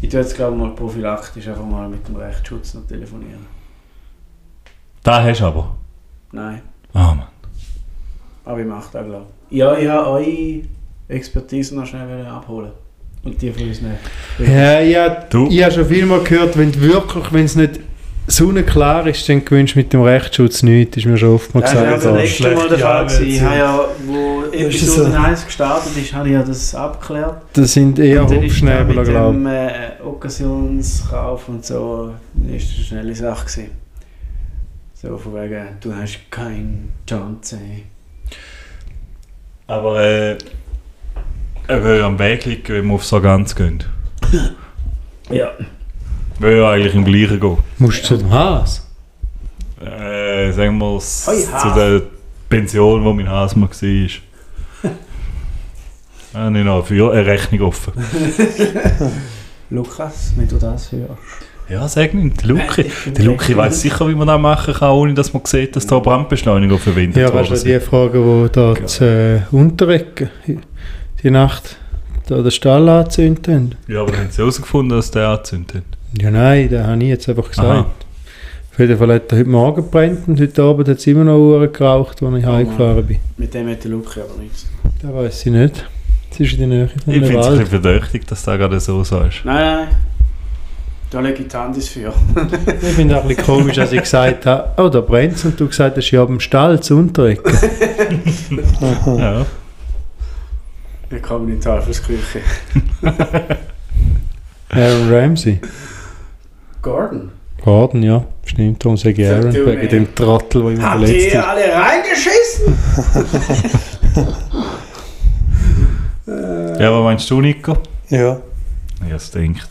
S3: Ich tue jetzt glaube ich, mal prophylaktisch einfach mal mit dem Rechtsschutz noch telefonieren.
S5: Da hast du aber.
S3: Nein.
S5: Oh Mann.
S3: Aber ich mache das, glaube ich. Ja, ich wollte eure Expertise noch schnell wollen abholen. Und die von uns nicht.
S4: Ja, ja,
S5: Du?
S4: ich habe schon vielmal gehört, wenn du wirklich, wenn es nicht sonnenklar ist, dann gewünscht mit dem Rechtsschutz nichts, ist mir schon oft mal
S3: Das war ja
S4: gesagt
S3: beim
S4: worden.
S3: letzten Mal der
S2: schlechte
S3: Fall. gewesen. Ich
S2: Anwälte
S3: habe ja, wo
S4: ist
S3: Episode
S4: so.
S3: 1 gestartet ist, habe ich ja das abgeklärt.
S4: Das sind eher
S3: Und dann ist dann
S4: Hofschnäbler,
S3: mit
S4: glaube ich.
S3: dem äh, Occasionskauf und so, ist das eine schnelle Sache gewesen. So von wegen, du hast keine Chance.
S5: Aber, äh, er will am Weg liegen, wenn wir auf Sargans gehen.
S3: Ja.
S5: Will ja eigentlich im gleichen gehen.
S4: Musst du zu dem Haas?
S5: Äh, sagen wir es
S3: Oi,
S5: zu
S3: Haas.
S5: der Pension, wo mein Haas mal war. Da habe ich noch für eine Rechnung offen.
S3: Lukas, wenn du das hörst.
S5: Ja, sag nicht, der Luki.
S3: bin
S5: Der Luki
S3: echt-
S5: weiß sicher, wie man das machen kann, ohne dass man sieht, dass da Brandbeschleuniger verwendet
S4: Ja,
S5: worden
S4: weißt du, die
S5: sind.
S4: Frage, wo
S3: Genau.
S4: da
S5: Geil.
S4: zu äh, Unterecke die Nacht da den Stall angezündet haben.
S5: Ja, aber haben sie herausgefunden, dass der anzündet hat.
S4: Ja, nein, das habe ich jetzt einfach gesagt.
S5: Aha.
S4: Auf jeden Fall hat er heute Morgen gebrannt und heute Abend hat es immer noch Uhren geraucht, als ich
S3: Oh Mann.
S4: heimgefahren bin.
S3: Mit dem hat der Luki aber nichts.
S4: Das weiß ich nicht. Es ist in der Nähe von
S5: Ich
S4: der
S5: finde es ein bisschen
S4: Wald.
S5: verdächtig, dass der gerade so so ist.
S3: Nein, nein. Da lege ich die Hand ins Feuer.
S4: Ich finde auch ein bisschen komisch, dass ich gesagt habe, oh, da brennt es und du gesagt hast, ich habe im Stall zu Unterecke.
S5: Ja.
S3: Willkommen in die Teufelsküche.
S4: Aaron Ramsey.
S3: Gordon.
S4: Gordon, ja. Stimmt, darum sage ich
S3: Sag
S4: Aaron,
S3: du
S4: wegen
S3: mir.
S4: dem Trottel, der immer
S3: Habt
S4: verletzt
S3: ihr
S4: ist.
S3: alle reingeschissen?
S5: ja, was meinst du, Nico?
S2: Ja,
S5: Ja, es denkt.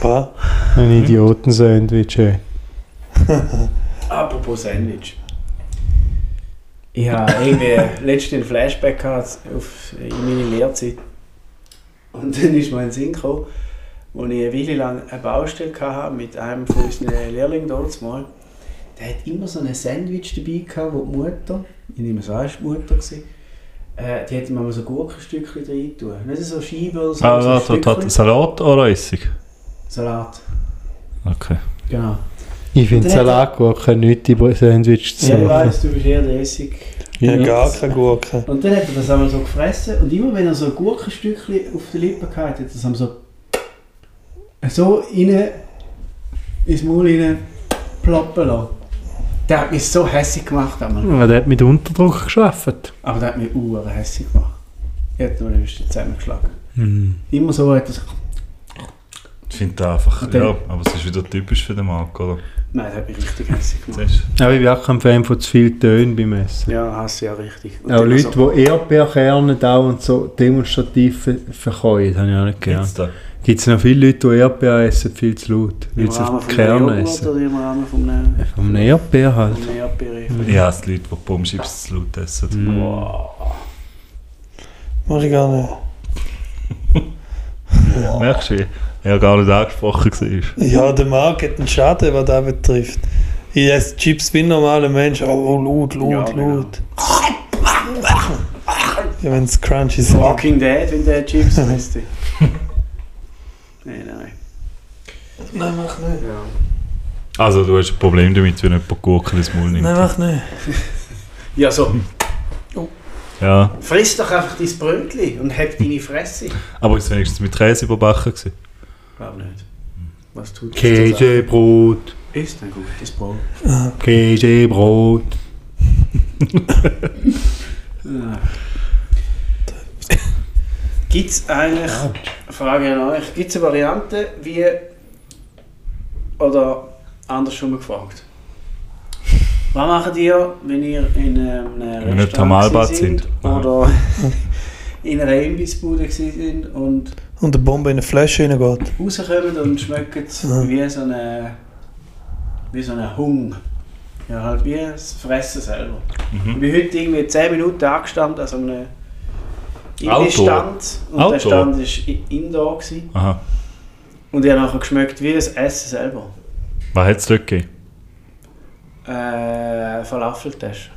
S2: bah.
S4: Ein Idiotensandwich, ey.
S3: Apropos Sandwich. Ich habe irgendwie letztens einen Flashback gehabt auf, in meine Lehrzeit. Und dann ist mein Sinn gekommen, wo ich eine Weile lang eine Baustelle hatte mit einem von unseren Lehrlingen dort mal. Der hat immer so ein Sandwich dabei gehabt, wo die Mutter, ich nehme es an, es war die Mutter, gewesen, äh, die hat immer so Gurkenstückchen rein tun. Nicht so Scheiben oder so.
S5: Ah,
S3: so
S5: also,
S3: Stückchen.
S5: Salat oder Essig?
S3: Salat.
S5: Okay.
S3: Genau.
S4: Ich finde
S3: Dann hat er-
S4: Salatgurken nicht die Sandwich zu
S3: Ja, ich
S4: suchen.
S3: weiss, du bist eher der Essig.
S2: Ja, gar keine Gurke.
S3: Und dann hat er das einmal so gefressen und immer wenn er so ein Gurkenstückchen auf die Lippen gehabt hat, hat er es einmal so so rein ins Maul rein ploppen lassen. Der hat mich so hässlich gemacht einmal.
S6: Ja, der hat mit Unterdruck geschafft.
S3: Aber der hat mich uhr hässlich gemacht. Ich hätte nur zusammengeschlagen.
S4: Hm.
S3: Immer so hat er sich-
S5: Ich finde das einfach,
S3: Und dann-
S5: ja, aber es ist wieder typisch für den Marc, oder?
S3: Nein, der hat mich richtig hässlich gemacht.
S5: Siehst
S6: Aber ich bin auch kein Fan von zu viel Tönen beim Essen.
S3: Ja, hasse ich auch richtig. Und
S6: Auch
S3: dann also
S6: Leute,
S3: so,
S6: die E Erdbeerkerne da und so demonstrativ ver- verkäuen, habe ich auch nicht
S4: Genau.
S5: du?
S6: gern.
S5: Jetzt da.
S6: Gibt es noch viele Leute, die E Erdbeer essen, viel zu laut, weil
S3: im
S6: sie
S3: Rahmen
S6: auf die
S3: von einem
S6: Kerne
S3: Joghurt
S6: essen.
S3: oder im Rahmen Ne- von einem
S6: Vom Erdbeer halt.
S3: von einem Erdbeere.
S5: Ich hasse Leute, die Bombschips zu laut essen.
S2: Mach Mm. ich gar nicht.
S5: Merkst du, wie er gar nicht angesprochen war?
S2: Ja, der Markt hat einen Schaden, was das betrifft. Ich esse Chips wie ein normaler Mensch, aber oh, laut, laut,
S3: Ja, genau.
S2: laut. Ja, wenn es crunchy ist.
S3: Walking Dead, wenn der Chips heißt. nein, nein.
S2: Nein, mach nicht.
S3: Ja.
S5: Also, du hast ein Problem damit, wenn jemand Gurken ins Maul
S2: Nein,
S5: nimmt.
S2: mach nicht.
S3: ja, so,
S5: Ja,
S3: friss doch einfach dein Brötchen und hab deine Fresse. Ich
S5: aber ist wenigstens mit Käse überbacken gewesen.
S3: glaube nicht. Was tut das zur Sache?
S6: Käsebrot,
S3: Ist ein gutes Brot.
S6: Käsebrot.
S3: Äh. Gibt es eigentlich, Frage an euch, gibt es eine Variante, wie, oder andersrum gefragt, was macht ihr, wenn ihr in einem
S5: einem
S3: Restaurant
S5: Thermalbad
S3: gewesen seid
S5: sind. Aha.
S3: oder in einer Imbissbude gewesen sind und
S2: Und eine Bombe in eine Flasche reingeht.
S3: rauskommt und schmeckt
S2: Ja.
S3: wie so eine wie so eine Hung. Ja, halt wie das Fressen selber.
S5: Mhm.
S3: Ich bin heute irgendwie 10 Minuten angestanden an so einem
S5: Outdoor.
S3: Imbissstand. Und
S5: Outdoor.
S3: der Stand war i- indoor. Gewesen.
S5: Aha.
S3: Und ich habe nachher geschmeckt wie das Essen selber.
S5: Was hat es dort gegeben?
S3: Äh, Falafeltest.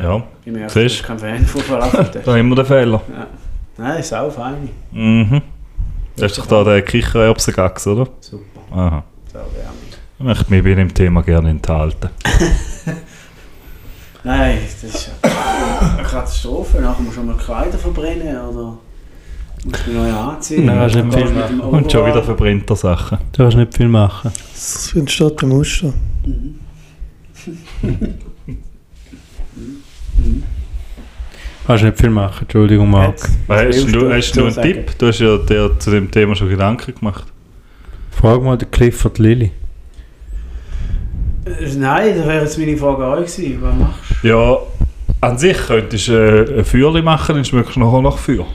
S5: Ja,
S3: Ich merke, du
S5: Siehst?
S3: bist kein Fan von
S5: da
S3: Falafeltest.
S5: immer der Fehler.
S3: Nein, ist auch fein.
S5: Mhm. Das ist doch da der Kichererbsengax, oder?
S3: Super,
S5: Aha.
S3: sehr gerne.
S5: Ich möchte mich bei dem Thema gerne enthalten.
S3: Nein, das ist eine Katastrophe. Nachher musst du mal Kleider verbrennen oder musst du neu anziehen.
S5: Nou,
S6: Nein, das ist nicht
S3: Gehst
S6: viel
S3: mit dem
S5: Und schon
S3: Overall.
S5: wieder verbrennte Sachen.
S6: Du kannst nicht viel machen.
S2: Es entsteht ein Muster.
S3: Mhm.
S6: Du kannst nicht viel machen, Entschuldigung, Marc.
S3: Jetzt.
S5: Weil hast
S3: Hilfst
S5: du, hast du einen
S3: sagen?
S5: Tipp? Du hast ja dir zu dem Thema schon Gedanken gemacht.
S6: Frag mal den Clifford Lilly.
S3: Äh, Nein, das wäre jetzt meine Frage an euch gewesen. Was machst
S5: Ja, an sich könntest du äh, ein Feuerchen machen, dann schmeckst du nachher nach Feuer.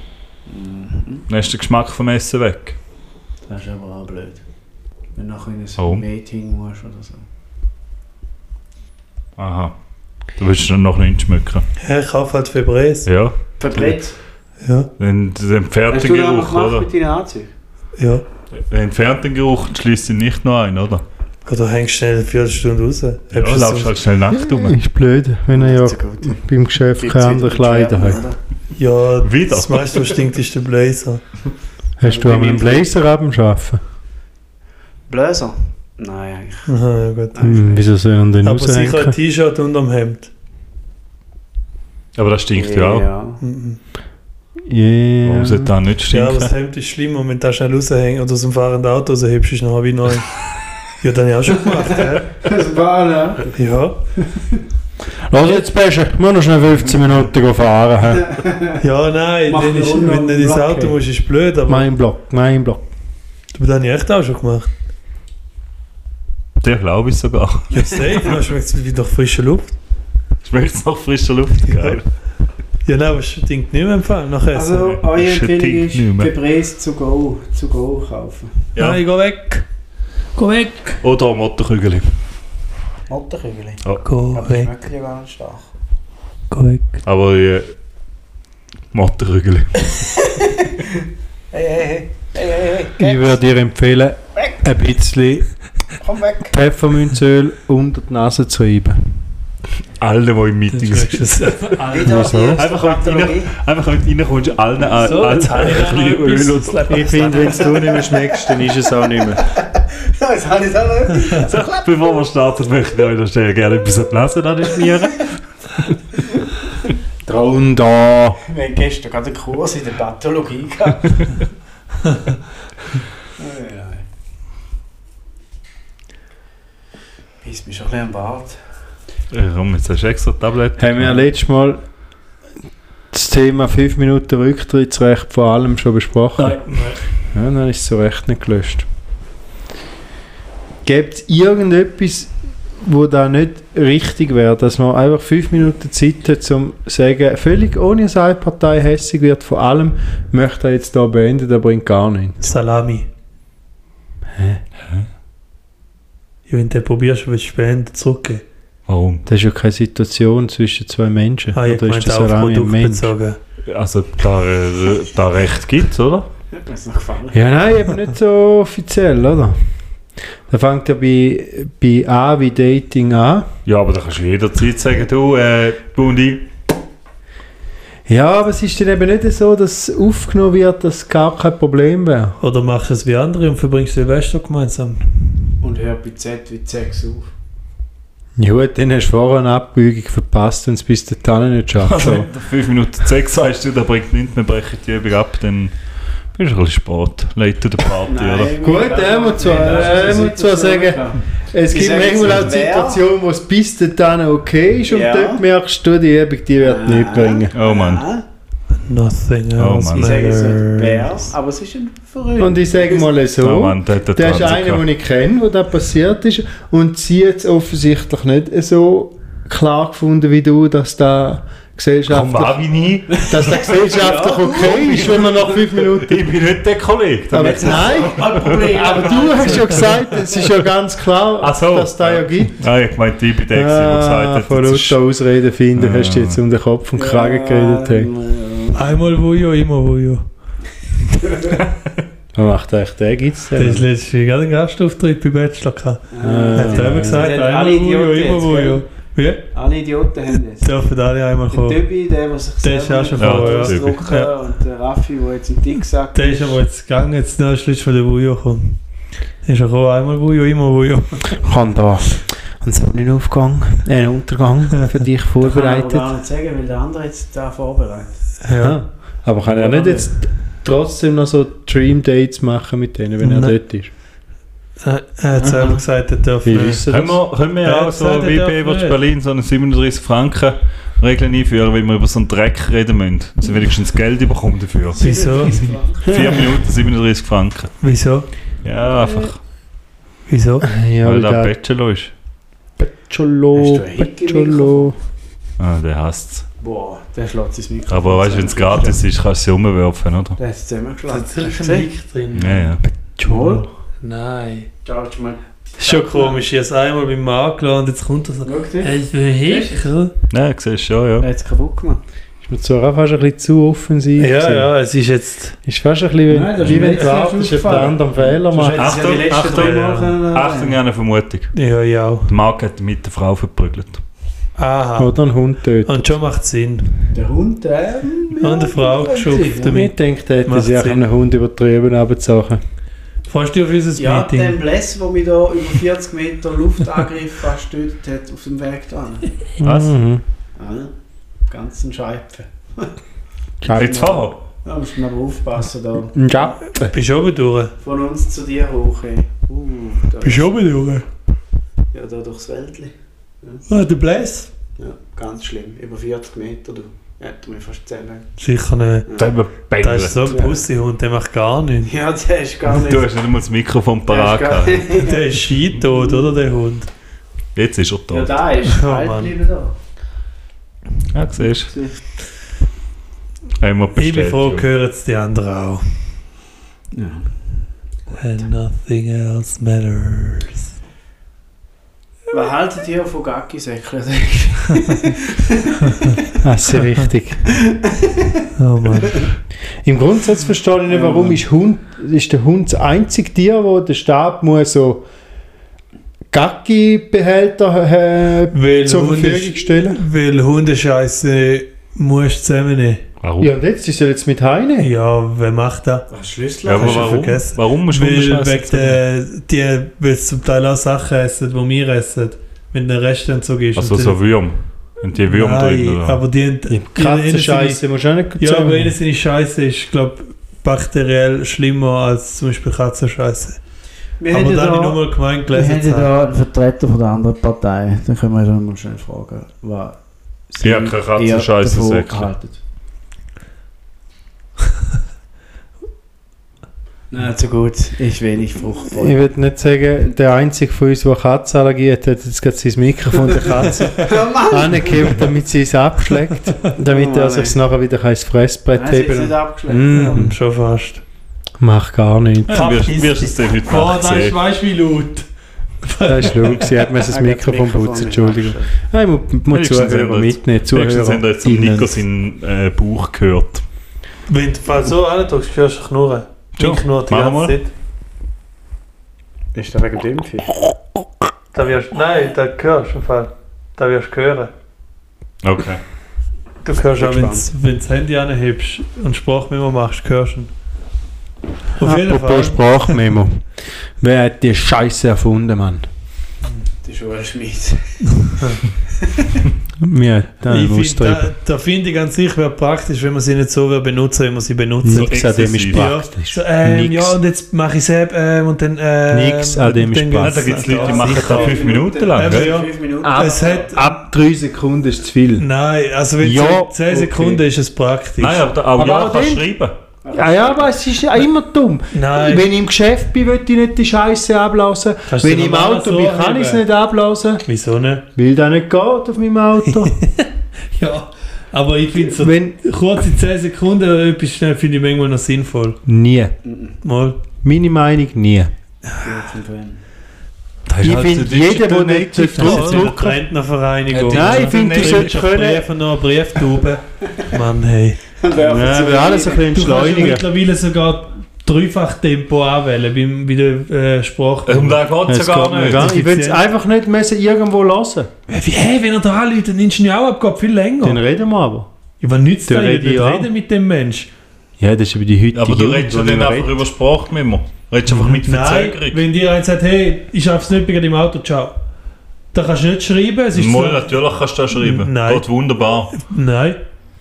S5: Dann ist der Geschmack vom Essen weg.
S3: du? Das ist aber auch blöd. Wenn du nachher in ein
S5: Warum?
S3: Meeting musst oder so.
S5: Aha. Du willst dann noch nicht schmecken.
S2: Ja, ich kaufe halt Febres.
S5: Ja,
S3: Verbrett.
S2: Ja,
S5: dann den
S3: Hast
S5: fertigen
S3: du da noch
S5: Geruch,
S3: gemacht
S5: oder?
S3: mit deinen Anzügen?
S2: ja.
S5: Den fertigen Geruch schließt ihn nicht noch ein, oder?
S2: Oder hängst schnell eine Viertelstunde raus.
S5: Ja,
S2: Hast du
S5: laufst
S2: so-
S5: halt schnell nackt rum.
S6: Ist blöd, wenn er ja
S3: Das ist gut.
S6: beim Geschäft
S3: Gibt's
S6: keine anderen
S3: wieder mit
S6: Kleider
S3: Schwerten,
S6: hat.
S3: oder?
S2: ja,
S5: Wieder?
S2: das meiste, was stinkt, ist der Blazer.
S6: Hast du
S3: Wie
S6: einmal einen
S3: mein-
S6: Blazer ab dem Arbeiten?
S3: Bläser? Nein, eigentlich.
S2: Aha, ja gut.
S6: Hm, wieso soll er den
S2: Aber sicher ein
S6: raushängen?
S2: T-Shirt und am Hemd.
S5: Aber das stinkt ja auch.
S3: Ja.
S2: Mhm.
S6: Yeah.
S5: Warum sollte das nicht
S2: Ja, aber das
S5: stinken?
S2: Hemd ist schlimm und wenn du das schnell raushängst oder aus dem fahrenden Auto raushebst, ist es nachher wie neu. ja, dann habe ich auch schon gemacht. hä?
S3: Das war, ne?
S2: ja,
S6: Los jetzt, Pesche, wir müssen noch schnell 15 Minuten gehen fahren. hä?
S2: ja nein,
S3: Mach
S2: dann
S3: eine
S2: ist,
S3: Runde
S2: wenn
S3: um
S2: du
S3: den
S2: nicht ins
S3: Block,
S2: Auto
S3: ey.
S2: musst, ist blöd, aber
S6: Mein Block, mein Block.
S2: das habe ich echt auch schon gemacht.
S5: Der glaube ich sogar.
S2: Ja, safe, dann schmeckt es wie nach frischer Luft.
S5: Schmeckt es nach frischer Luft? Geil.
S2: Ja, nein, aber es stinkt nicht mehr im Fall nach Essen.
S3: Also, eure
S5: Ist ein
S3: Empfehlung
S5: Ding
S3: ist,
S5: nicht mehr.
S3: Febres zu go, zu go kaufen.
S5: Ja.
S2: Nein, geh weg. Geh weg.
S5: Oder am Otterkügel.
S3: Motterkügel.
S4: Oh,
S2: Geh weg.
S3: schmeckt ja ganz stark.
S2: Geh weg.
S5: Aber äh, Motterkügel.
S3: Hey, hey, hey, hey, hey,
S6: Ich würde dir empfehlen, ein bisschen
S3: komm weg.
S6: Pfefferminzöl unter die Nase zu reiben.
S5: alle, die im
S2: Dann
S5: Meeting
S2: schmeckst
S5: sind.
S2: du es.
S3: Wieder
S4: Ah, Wieso?
S3: hier
S5: Einfach wenn du
S3: Pathologie.
S5: rein- einfach wenn du reinkommst, allen allen-
S3: So, jetzt habe
S5: allen
S3: ich
S5: ein bisschen
S3: noch
S5: Öl
S3: etwas.
S5: und Slap.
S4: Ich finde, wenn es du nicht mehr schmeckst, dann ist es auch nicht mehr.
S3: Ja, Jetzt habe ich es auch noch.
S5: So, Bevor wir starten, möchte ich euch noch schnell gerne etwas an die Nase anschmieren.
S4: Trauen da.
S3: Wir haben gestern gerade einen Kurs in der Pathologie gehabt. Ei, ei. Beißt mich schon ein bisschen am Bart.
S5: Ja, Äh, Komm, jetzt hast du extra Tablet.
S4: Haben wir letztes Mal das Thema 5 Minuten Rücktrittsrecht vor allem schon besprochen?
S5: Nein, nein.
S4: Ja, dann ist es zu Recht nicht gelöscht. Gibt es irgendetwas, wo da nicht richtig wäre, dass man einfach fünf Minuten Zeit hat, um zu sagen, völlig ohne dass eine Partei hässig wird, vor allem möchte er jetzt da beenden, das bringt gar nichts.
S2: Salami. Ja, wenn du probierst, willst du später zurückgehen.
S5: Warum?
S4: Das ist ja keine Situation zwischen zwei Menschen.
S2: Ah, ich
S4: Oder ist
S2: meinte
S4: das
S2: auch
S4: allein im Mensch?
S2: produktbezogen.
S5: Also, da, äh, da Recht gibt oder?
S3: Hat mir es noch gefallen.
S4: Ja, nein, eben nicht so offiziell, oder? Da fängt ja bei, bei A wie Dating an.
S5: Ja, aber da kannst du jederzeit sagen, du, äh, Bundi,
S4: Ja, aber es ist dann eben nicht so, dass es aufgenommen wird, dass es gar kein Problem wäre.
S2: Oder machst du es wie andere und verbringst Silvester gemeinsam.
S3: Und hört bei Z wie Z auf.
S4: Ja gut, dann hast du vorher eine Abbiegung verpasst, wenn es bis dahin nicht schafft.
S5: also, wenn du 5 Minuten 6 sagst, du, da bringt nichts, wir brechen die Übung ab, dann bist du ein bisschen spät. Late to the party, oder?
S4: Gut, er muss zwar- er muss zwar sagen- Es
S3: Ich
S4: gibt
S3: sag jetzt
S4: manchmal auch
S3: nicht wer.
S4: Situationen, wo es bis dahin okay ist und
S3: Ja.
S4: dort merkst du, die Übung, die wird nicht bringen.
S5: Oh Mann.
S2: Nothing
S5: Oh
S2: else
S5: Mann.
S3: Ich sage es
S2: matters.
S3: nicht Bärs, aber es ist ein Verrückter.
S4: Und ich sage mal so,
S5: Oh Mann, der hat den
S4: der ist
S5: Tanz
S4: einer,
S5: gehabt.
S4: den ich kenne, wo das passiert ist und sie jetzt offensichtlich nicht so klar gefunden wie du, dass da
S5: Komm,
S4: gesellschaftlich,
S5: war wie nie.
S4: dass das gesellschaftlich okay ist, wenn man nach fünf Minuten...
S5: Ich bin nicht der Kollege.
S4: Aber nein,
S3: Ein Problem.
S4: Aber du hast ja gesagt, es ist ja ganz klar,
S5: Ach so.
S4: dass es da ja gibt.
S5: Nein, ich meinte, ich bin der, gewesen, der gesagt hat,
S4: von
S5: jetzt
S4: lauter Ausreden finden, hast du
S5: Ah.
S4: jetzt um den Kopf und Kragen
S3: Ah,
S4: geredet.
S3: Ähm,
S2: Einmal Wujo, immer Wujo.
S4: Hey. Man macht echt, den gibt es
S2: Das ist letztes Jahr einen Gastauftritt bei Bachelor. gehabt.
S4: Ah.
S2: Hat er immer gesagt,
S3: Das haben alle
S2: einmal Wujo, immer
S3: Idioten jetzt,
S2: Wujo. Ja,
S3: Alle Idioten haben das.
S2: dürfen alle einmal
S3: Der
S2: kommen.
S3: Töbi, der, der sich
S2: Der ist
S3: selber
S2: auch schon
S5: Ja,
S2: vor,
S5: der
S2: ja.
S5: Typ.
S3: ausdrucken
S2: Ja.
S3: und der Raffi, der jetzt im Ding sagt,
S2: Der ist aber jetzt gegangen, jetzt noch Schluss von der Wujo kommt. Ist er gekommen, einmal Wujo, immer Wujo.
S4: Kann da einen Sonnenaufgang, einen Untergang für dich
S3: Kann ich aber gar nicht sagen, weil der andere jetzt da vorbereitet.
S4: Ja. Aber kann er nicht jetzt trotzdem noch so Dream Dates machen mit denen, wenn er
S2: Nein.
S4: dort ist?
S2: Er Äh, er hat selber gesagt, er darf
S4: Wir
S2: nicht.
S4: wissen
S5: Können
S4: das.
S5: wir, können
S2: Ja,
S5: wir auch
S2: das
S5: so
S2: sagt er
S5: wie
S2: doch
S5: bei Baywatch
S2: nicht.
S5: Berlin so eine 37 Franken Regeln einführen, weil wir über so einen Dreck reden müssen? Dass wir wenigstens Geld bekommen dafür.
S2: Wieso?
S5: 4 Minuten 37 Franken.
S2: Wieso?
S5: Ja, einfach,
S2: Wieso?
S4: Ja,
S5: weil
S4: weil
S5: der
S4: da
S5: Bachelor ist.
S4: Pecciolo,
S3: Hast du ein Hickey
S4: Pecciolo.
S5: Ah, der hasst
S3: Boah, der schlägt sein
S5: es.
S3: Mikrofon.
S5: Aber weißt du, wenn es gratis ist, kannst du sie umwerfen, oder?
S3: Der hat es zusammengeschlagen.
S2: drin.
S5: Ja, ja.
S3: Jawohl.
S2: Nein.
S3: George Mc...
S2: Ist schon komisch, ich hab's einmal beim Makler und jetzt kommt er so.
S3: Schau dir.
S2: Hey, für Hickel?
S5: Ja, siehst du schon,
S3: Er
S5: ja.
S3: hat es kaputt gemacht.
S4: Ist mir zwar auch fast ein bisschen zu offensiv.
S2: Ja,
S4: gewesen.
S2: ja, es ist jetzt.
S4: Ist fast ein bisschen,
S3: Nein, das
S4: wie
S3: ist mir
S4: wenn
S3: jetzt
S4: du
S3: erst
S4: wartest, ob der
S3: aufgefallen.
S4: andere einen Fehler
S3: Sonst
S4: macht.
S3: hätte es ja die
S5: Achtung,
S3: letzten drei
S5: Achtung,
S3: Mal können, äh,
S5: Achtung, ich habe eine Vermutung.
S2: Ja, ja. auch.
S5: Der Marc hat mit der Frau verprügelt.
S2: Aha.
S4: Oder ein Hund töten.
S2: Und schon macht Sinn.
S3: Der Hund, der... ähm,
S2: Und eine Frau geschupft
S4: Damit
S2: damit.
S4: ich denkt, hätte
S2: Macht
S4: sie auch
S2: Sinn.
S4: einen Hund übertrieben runtergezogen.
S2: Freust du dich auf unser
S3: Ja, den
S2: Meeting?
S3: Bless, der mich da über 40 Meter Luftangriff fast getötet hat auf dem Weg da. hin.
S5: Was?
S4: Mhm.
S3: Ah, Ganz ein Scheibe.
S5: Jetzt vorher?
S3: Da musst du aber aufpassen da.
S4: Ja.
S2: Bist du oben durch?
S3: Von uns zu dir hoch. Ey. Uh, da
S2: Bist du oben durch?
S3: Ja, da durchs Wäldli.
S2: Ah, der Bless?
S3: Ja, ganz schlimm. Über 40 Meter, du. Hätte mir fast zusammen.
S2: Sicher nicht.
S5: Da haben wir
S2: Das ist
S5: bängelt.
S2: so ein Pussy-Hund, der macht gar nichts.
S3: Ja, der ist gar nicht...
S5: Du hast nicht einmal das Mikrofon
S3: der
S5: parat
S3: ist gar
S5: gehabt.
S3: nicht...
S2: Der ist scheitot, oder der Hund?
S5: Jetzt ist er
S3: Ja,
S5: tot.
S3: da ist
S2: Oh,
S3: kalt
S2: Mann.
S3: geblieben da.
S5: Ja, siehst du. Haben wir
S2: Ich bin
S5: bestellt.
S2: froh,
S5: ja.
S2: hören es die anderen auch.
S3: Ja.
S2: And nothing else matters.
S3: Was haltet ihr von Gaggisäckeln?
S4: Das ist Ah, richtig.
S2: Oh Mann.
S4: Im Grundsatz verstehe ich nicht, warum ist, Hund, ist der Hund das einzige Tier, wo der Stab muss so Gacki-Behälter äh,
S2: Weil
S4: zur
S2: Hunde-
S4: Verfügung stellen.
S2: Weil Hundescheiße musst du zusammennehmen.
S5: Warum?
S4: Ja, und jetzt, die sollen jetzt mit heimnehmen.
S2: Ja, wer macht das?
S3: Ach, Schlüssel?
S5: Ja, aber
S2: hast du
S5: warum?
S2: vergessen.
S5: Warum musst du
S2: Weil
S5: Hundescheiße
S2: wegen
S5: zusammen-
S2: der, die, weil sie zum Teil auch Sachen essen, die wir essen, wenn der Restanzug ist.
S5: Also
S2: Und
S5: so
S2: dann-
S5: Würm. Und die Würm
S2: Nein,
S5: drin, oder?
S2: aber die haben...
S4: Ja, Katzenscheiße musst du auch nicht
S2: Ja, aber
S4: zusammen.
S2: eine seine Scheiße ist, glaube bakteriell schlimmer als zum Beispiel Katzenscheiße.
S3: Wir
S2: Aber
S3: haben
S2: da habe ich nur
S3: ja
S2: mal gemeint
S3: da, wir
S2: gelesen.
S3: haben
S2: zu
S3: ja
S2: haben.
S3: da einen Vertreter von der anderen Partei. Dann können wir dann mal schnell fragen, was
S5: Die hat keine Katzenscheiße Säckchen.
S3: Nein, zu also gut. Ist wenig fruchtbar.
S4: Ich würde nicht sagen, der einzige von uns, der Katzenallergie hat, hat jetzt gerade sein Mikrofon der Katze angehebt, damit sie es abschlägt, damit
S3: Oh
S4: er
S3: Mann,
S4: sich
S3: ey.
S4: nachher wieder ans Fressbrett
S3: Nein, sie ist
S4: heben
S3: nicht
S4: kann.
S3: abgeschleppt.
S4: Mm,
S2: Hm, Schon fast.
S4: Mach gar nichts.
S5: Ja, wirst wirst es dann heute Nacht sehen.
S2: weißt du, wie laut.
S4: Das ist schlau, sie hat mir das Mikrofon putzen, Entschuldigung. Ah, Ich muss, muss
S5: Höchstens haben
S4: Zuhörer
S5: wir jetzt-
S4: mitnehmen,
S5: Wenigstens haben wir
S4: Zuhörer.
S5: jetzt am Nico seinen äh, Bauch gehört.
S2: Wenn du falls so reintust, hörst du Knurren.
S5: Schon.
S2: Ich knurrt die
S5: Machen
S2: ganze Zeit.
S3: Ist das wegen dem Fisch?
S2: Da wirst, nein, da hörst du im Fall. Da wirst du hören.
S5: Okay.
S2: Du hörst auch,
S3: Bin
S2: wenn du das Handy anhebst und Sprachmemo machst, hörst du ihn. Auf jeden Fall.
S4: Apropos Sprachmemo. Wer hat die Scheiße erfunden, Mann?
S3: Die Schuhe schmied.
S4: Mir, da
S2: Ich
S4: muss
S2: find, da, da finde ich an sich wäre praktisch, wenn man sie nicht so würde benutzen, wie man sie benutzt.
S5: So
S4: Nix an dem ist
S5: exzessiv.
S4: praktisch.
S2: So, ähm,
S4: Nix.
S2: ja, und jetzt mache ich es eben ähm, und dann. Ähm,
S4: Nix an dem ist
S2: dann
S4: Spaß.
S5: Da
S2: geht's-
S5: gibt es Leute, die
S2: Ja,
S5: machen
S2: sicher.
S5: das fünf Minuten lang.
S2: Ähm,
S5: gell?
S2: ja.
S3: Fünf Minuten.
S4: Ah.
S2: Es hat,
S4: Ab 3 Sekunden ist zu viel.
S2: nein, also wenn
S4: Ja,
S2: ja, 10 Sekunden
S4: okay.
S2: ist es praktisch.
S5: Nein, aber, da- aber
S4: Aber
S5: ja,
S4: auch
S5: kannst
S4: den-
S5: schreiben. Ähm,
S4: Ja, ja, aber es ist ja immer dumm.
S2: Nein.
S4: Wenn ich im Geschäft bin, will ich nicht die Scheiße ablassen.
S2: Kannst
S4: Wenn
S2: du
S4: ich im
S2: normal
S4: Auto
S2: so
S4: bin, kann ich es
S2: anheben?
S4: nicht ablassen.
S2: Wieso nicht?
S4: Weil das nicht geht auf meinem Auto.
S2: Ja, aber ich finde so
S4: Wenn,
S2: kurze 10 Sekunden oder etwas schnell finde ich manchmal noch sinnvoll.
S4: nie.
S2: Mal.
S4: Meine Meinung, nie. Ich
S2: also,
S5: halt
S4: finde,
S5: der Digital
S4: jeder, der nicht
S5: Native,
S2: Das ist
S5: Ja,
S2: ja
S4: drauf
S2: eine Trendnervereinigung.
S4: Nein, ich finde, du
S5: Nein,
S4: solltest können.
S2: Briefe noch eine Brieftube. Mann, hey.
S4: Ja, wir
S5: eh
S4: alles
S2: Du
S4: ein bisschen
S2: kannst ja
S4: entschleunigen.
S2: mittlerweile sogar dreifach Tempo anwählen beim, bei der äh, Sprache.
S5: Um den geht es
S4: Es
S5: ja
S4: geht
S5: gar
S4: mir
S5: nicht.
S4: gar nicht. Ich will es
S2: Effizient.
S4: einfach nicht müssen irgendwo hören.
S2: Äh, Wie, hey, wenn er da anruft, dann nimmst du ihn ja auch ab, geht viel
S4: Dann
S2: länger.
S4: reden wir aber.
S2: Ja, was nützt
S4: Dann
S2: das? Ich
S4: rede ich
S2: will
S4: auch.
S2: reden mit dem Mensch.
S4: Ja, das ist über die heutige
S5: Aber du redest ja
S4: wo
S5: dann
S4: nicht
S5: einfach
S4: mehr redet.
S5: über Sprachmemo. Redest einfach mit
S2: Nein,
S5: Verzögerung.
S2: wenn dir einer sagt, hey, ich schaff's nicht, bin gerade im Auto, ciao. Da kannst du nicht schreiben, es ist
S5: Mal,
S2: so,
S5: natürlich kannst du das schreiben.
S2: Nein.
S5: Geht wunderbar.
S2: Nein,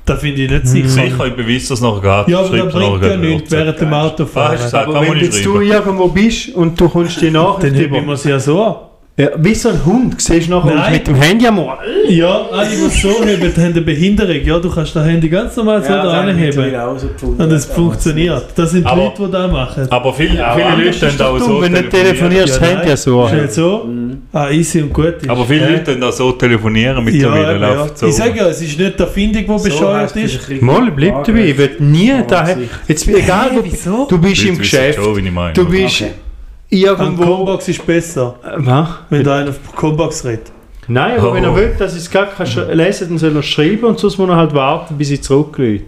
S2: das finde ich nicht sicher.
S5: Sicher, ich beweise, dass es nachher geht.
S2: Ja, aber
S5: Schreib
S2: das
S5: nachher
S2: bringt ja
S5: gleich
S2: nichts
S5: WhatsApp.
S2: während dem
S5: Ah, hast du
S2: Autofahren.
S5: gesagt,
S4: Aber
S5: da muss
S4: wenn
S5: ich
S4: jetzt du
S5: schreiben.
S4: irgendwo bist und du kommst die Nachricht
S2: Dann heben wir
S4: über.
S2: es ja so an.
S4: Ja, wie so ein Hund, siehst du nachher
S2: Nein.
S4: mit dem Handy am Ohr.
S2: Ja, ah, ich muss so heben, die haben eine Behinderung. Ja, du kannst das Handy ganz normal so da anheben. Und es funktioniert. Das sind die
S5: Aber-
S2: Leute, die das machen.
S5: Aber viele,
S4: Ja, aber
S5: viele
S4: anders
S5: Leute haben
S4: ist doch
S5: auch
S4: dumm,
S5: so
S4: wenn du nicht telefonierst,
S2: Ja,
S4: das Handy
S2: nein.
S4: ja so.
S2: Schnell halt so. Ah, easy und gut ist.
S5: Aber viele
S2: Äh,
S5: Leute haben auch so telefonieren mittlerweile.
S2: ja,
S5: Ja,
S2: ja.
S5: läuft so.
S2: Ich sage ja, es ist nicht der Findung, die bescheuert ist.
S4: Mal, bleib dabei, ich will nie daheim. Jetzt egal, wo
S2: wieso?
S4: du bist im
S5: Leute wissen
S4: Geschäft,
S5: Schon, wie ich meine.
S4: du bist
S3: Okay.
S2: Am
S4: irgendwo.
S2: Combox ist besser,
S4: Äh, Was?
S2: wenn da einer auf Combox redet.
S4: Nein, aber
S5: Oh.
S4: wenn er will, dass ich es gar kann sch- lesen, dann soll er schreiben und sonst muss er halt warten, bis ich zurückgehe.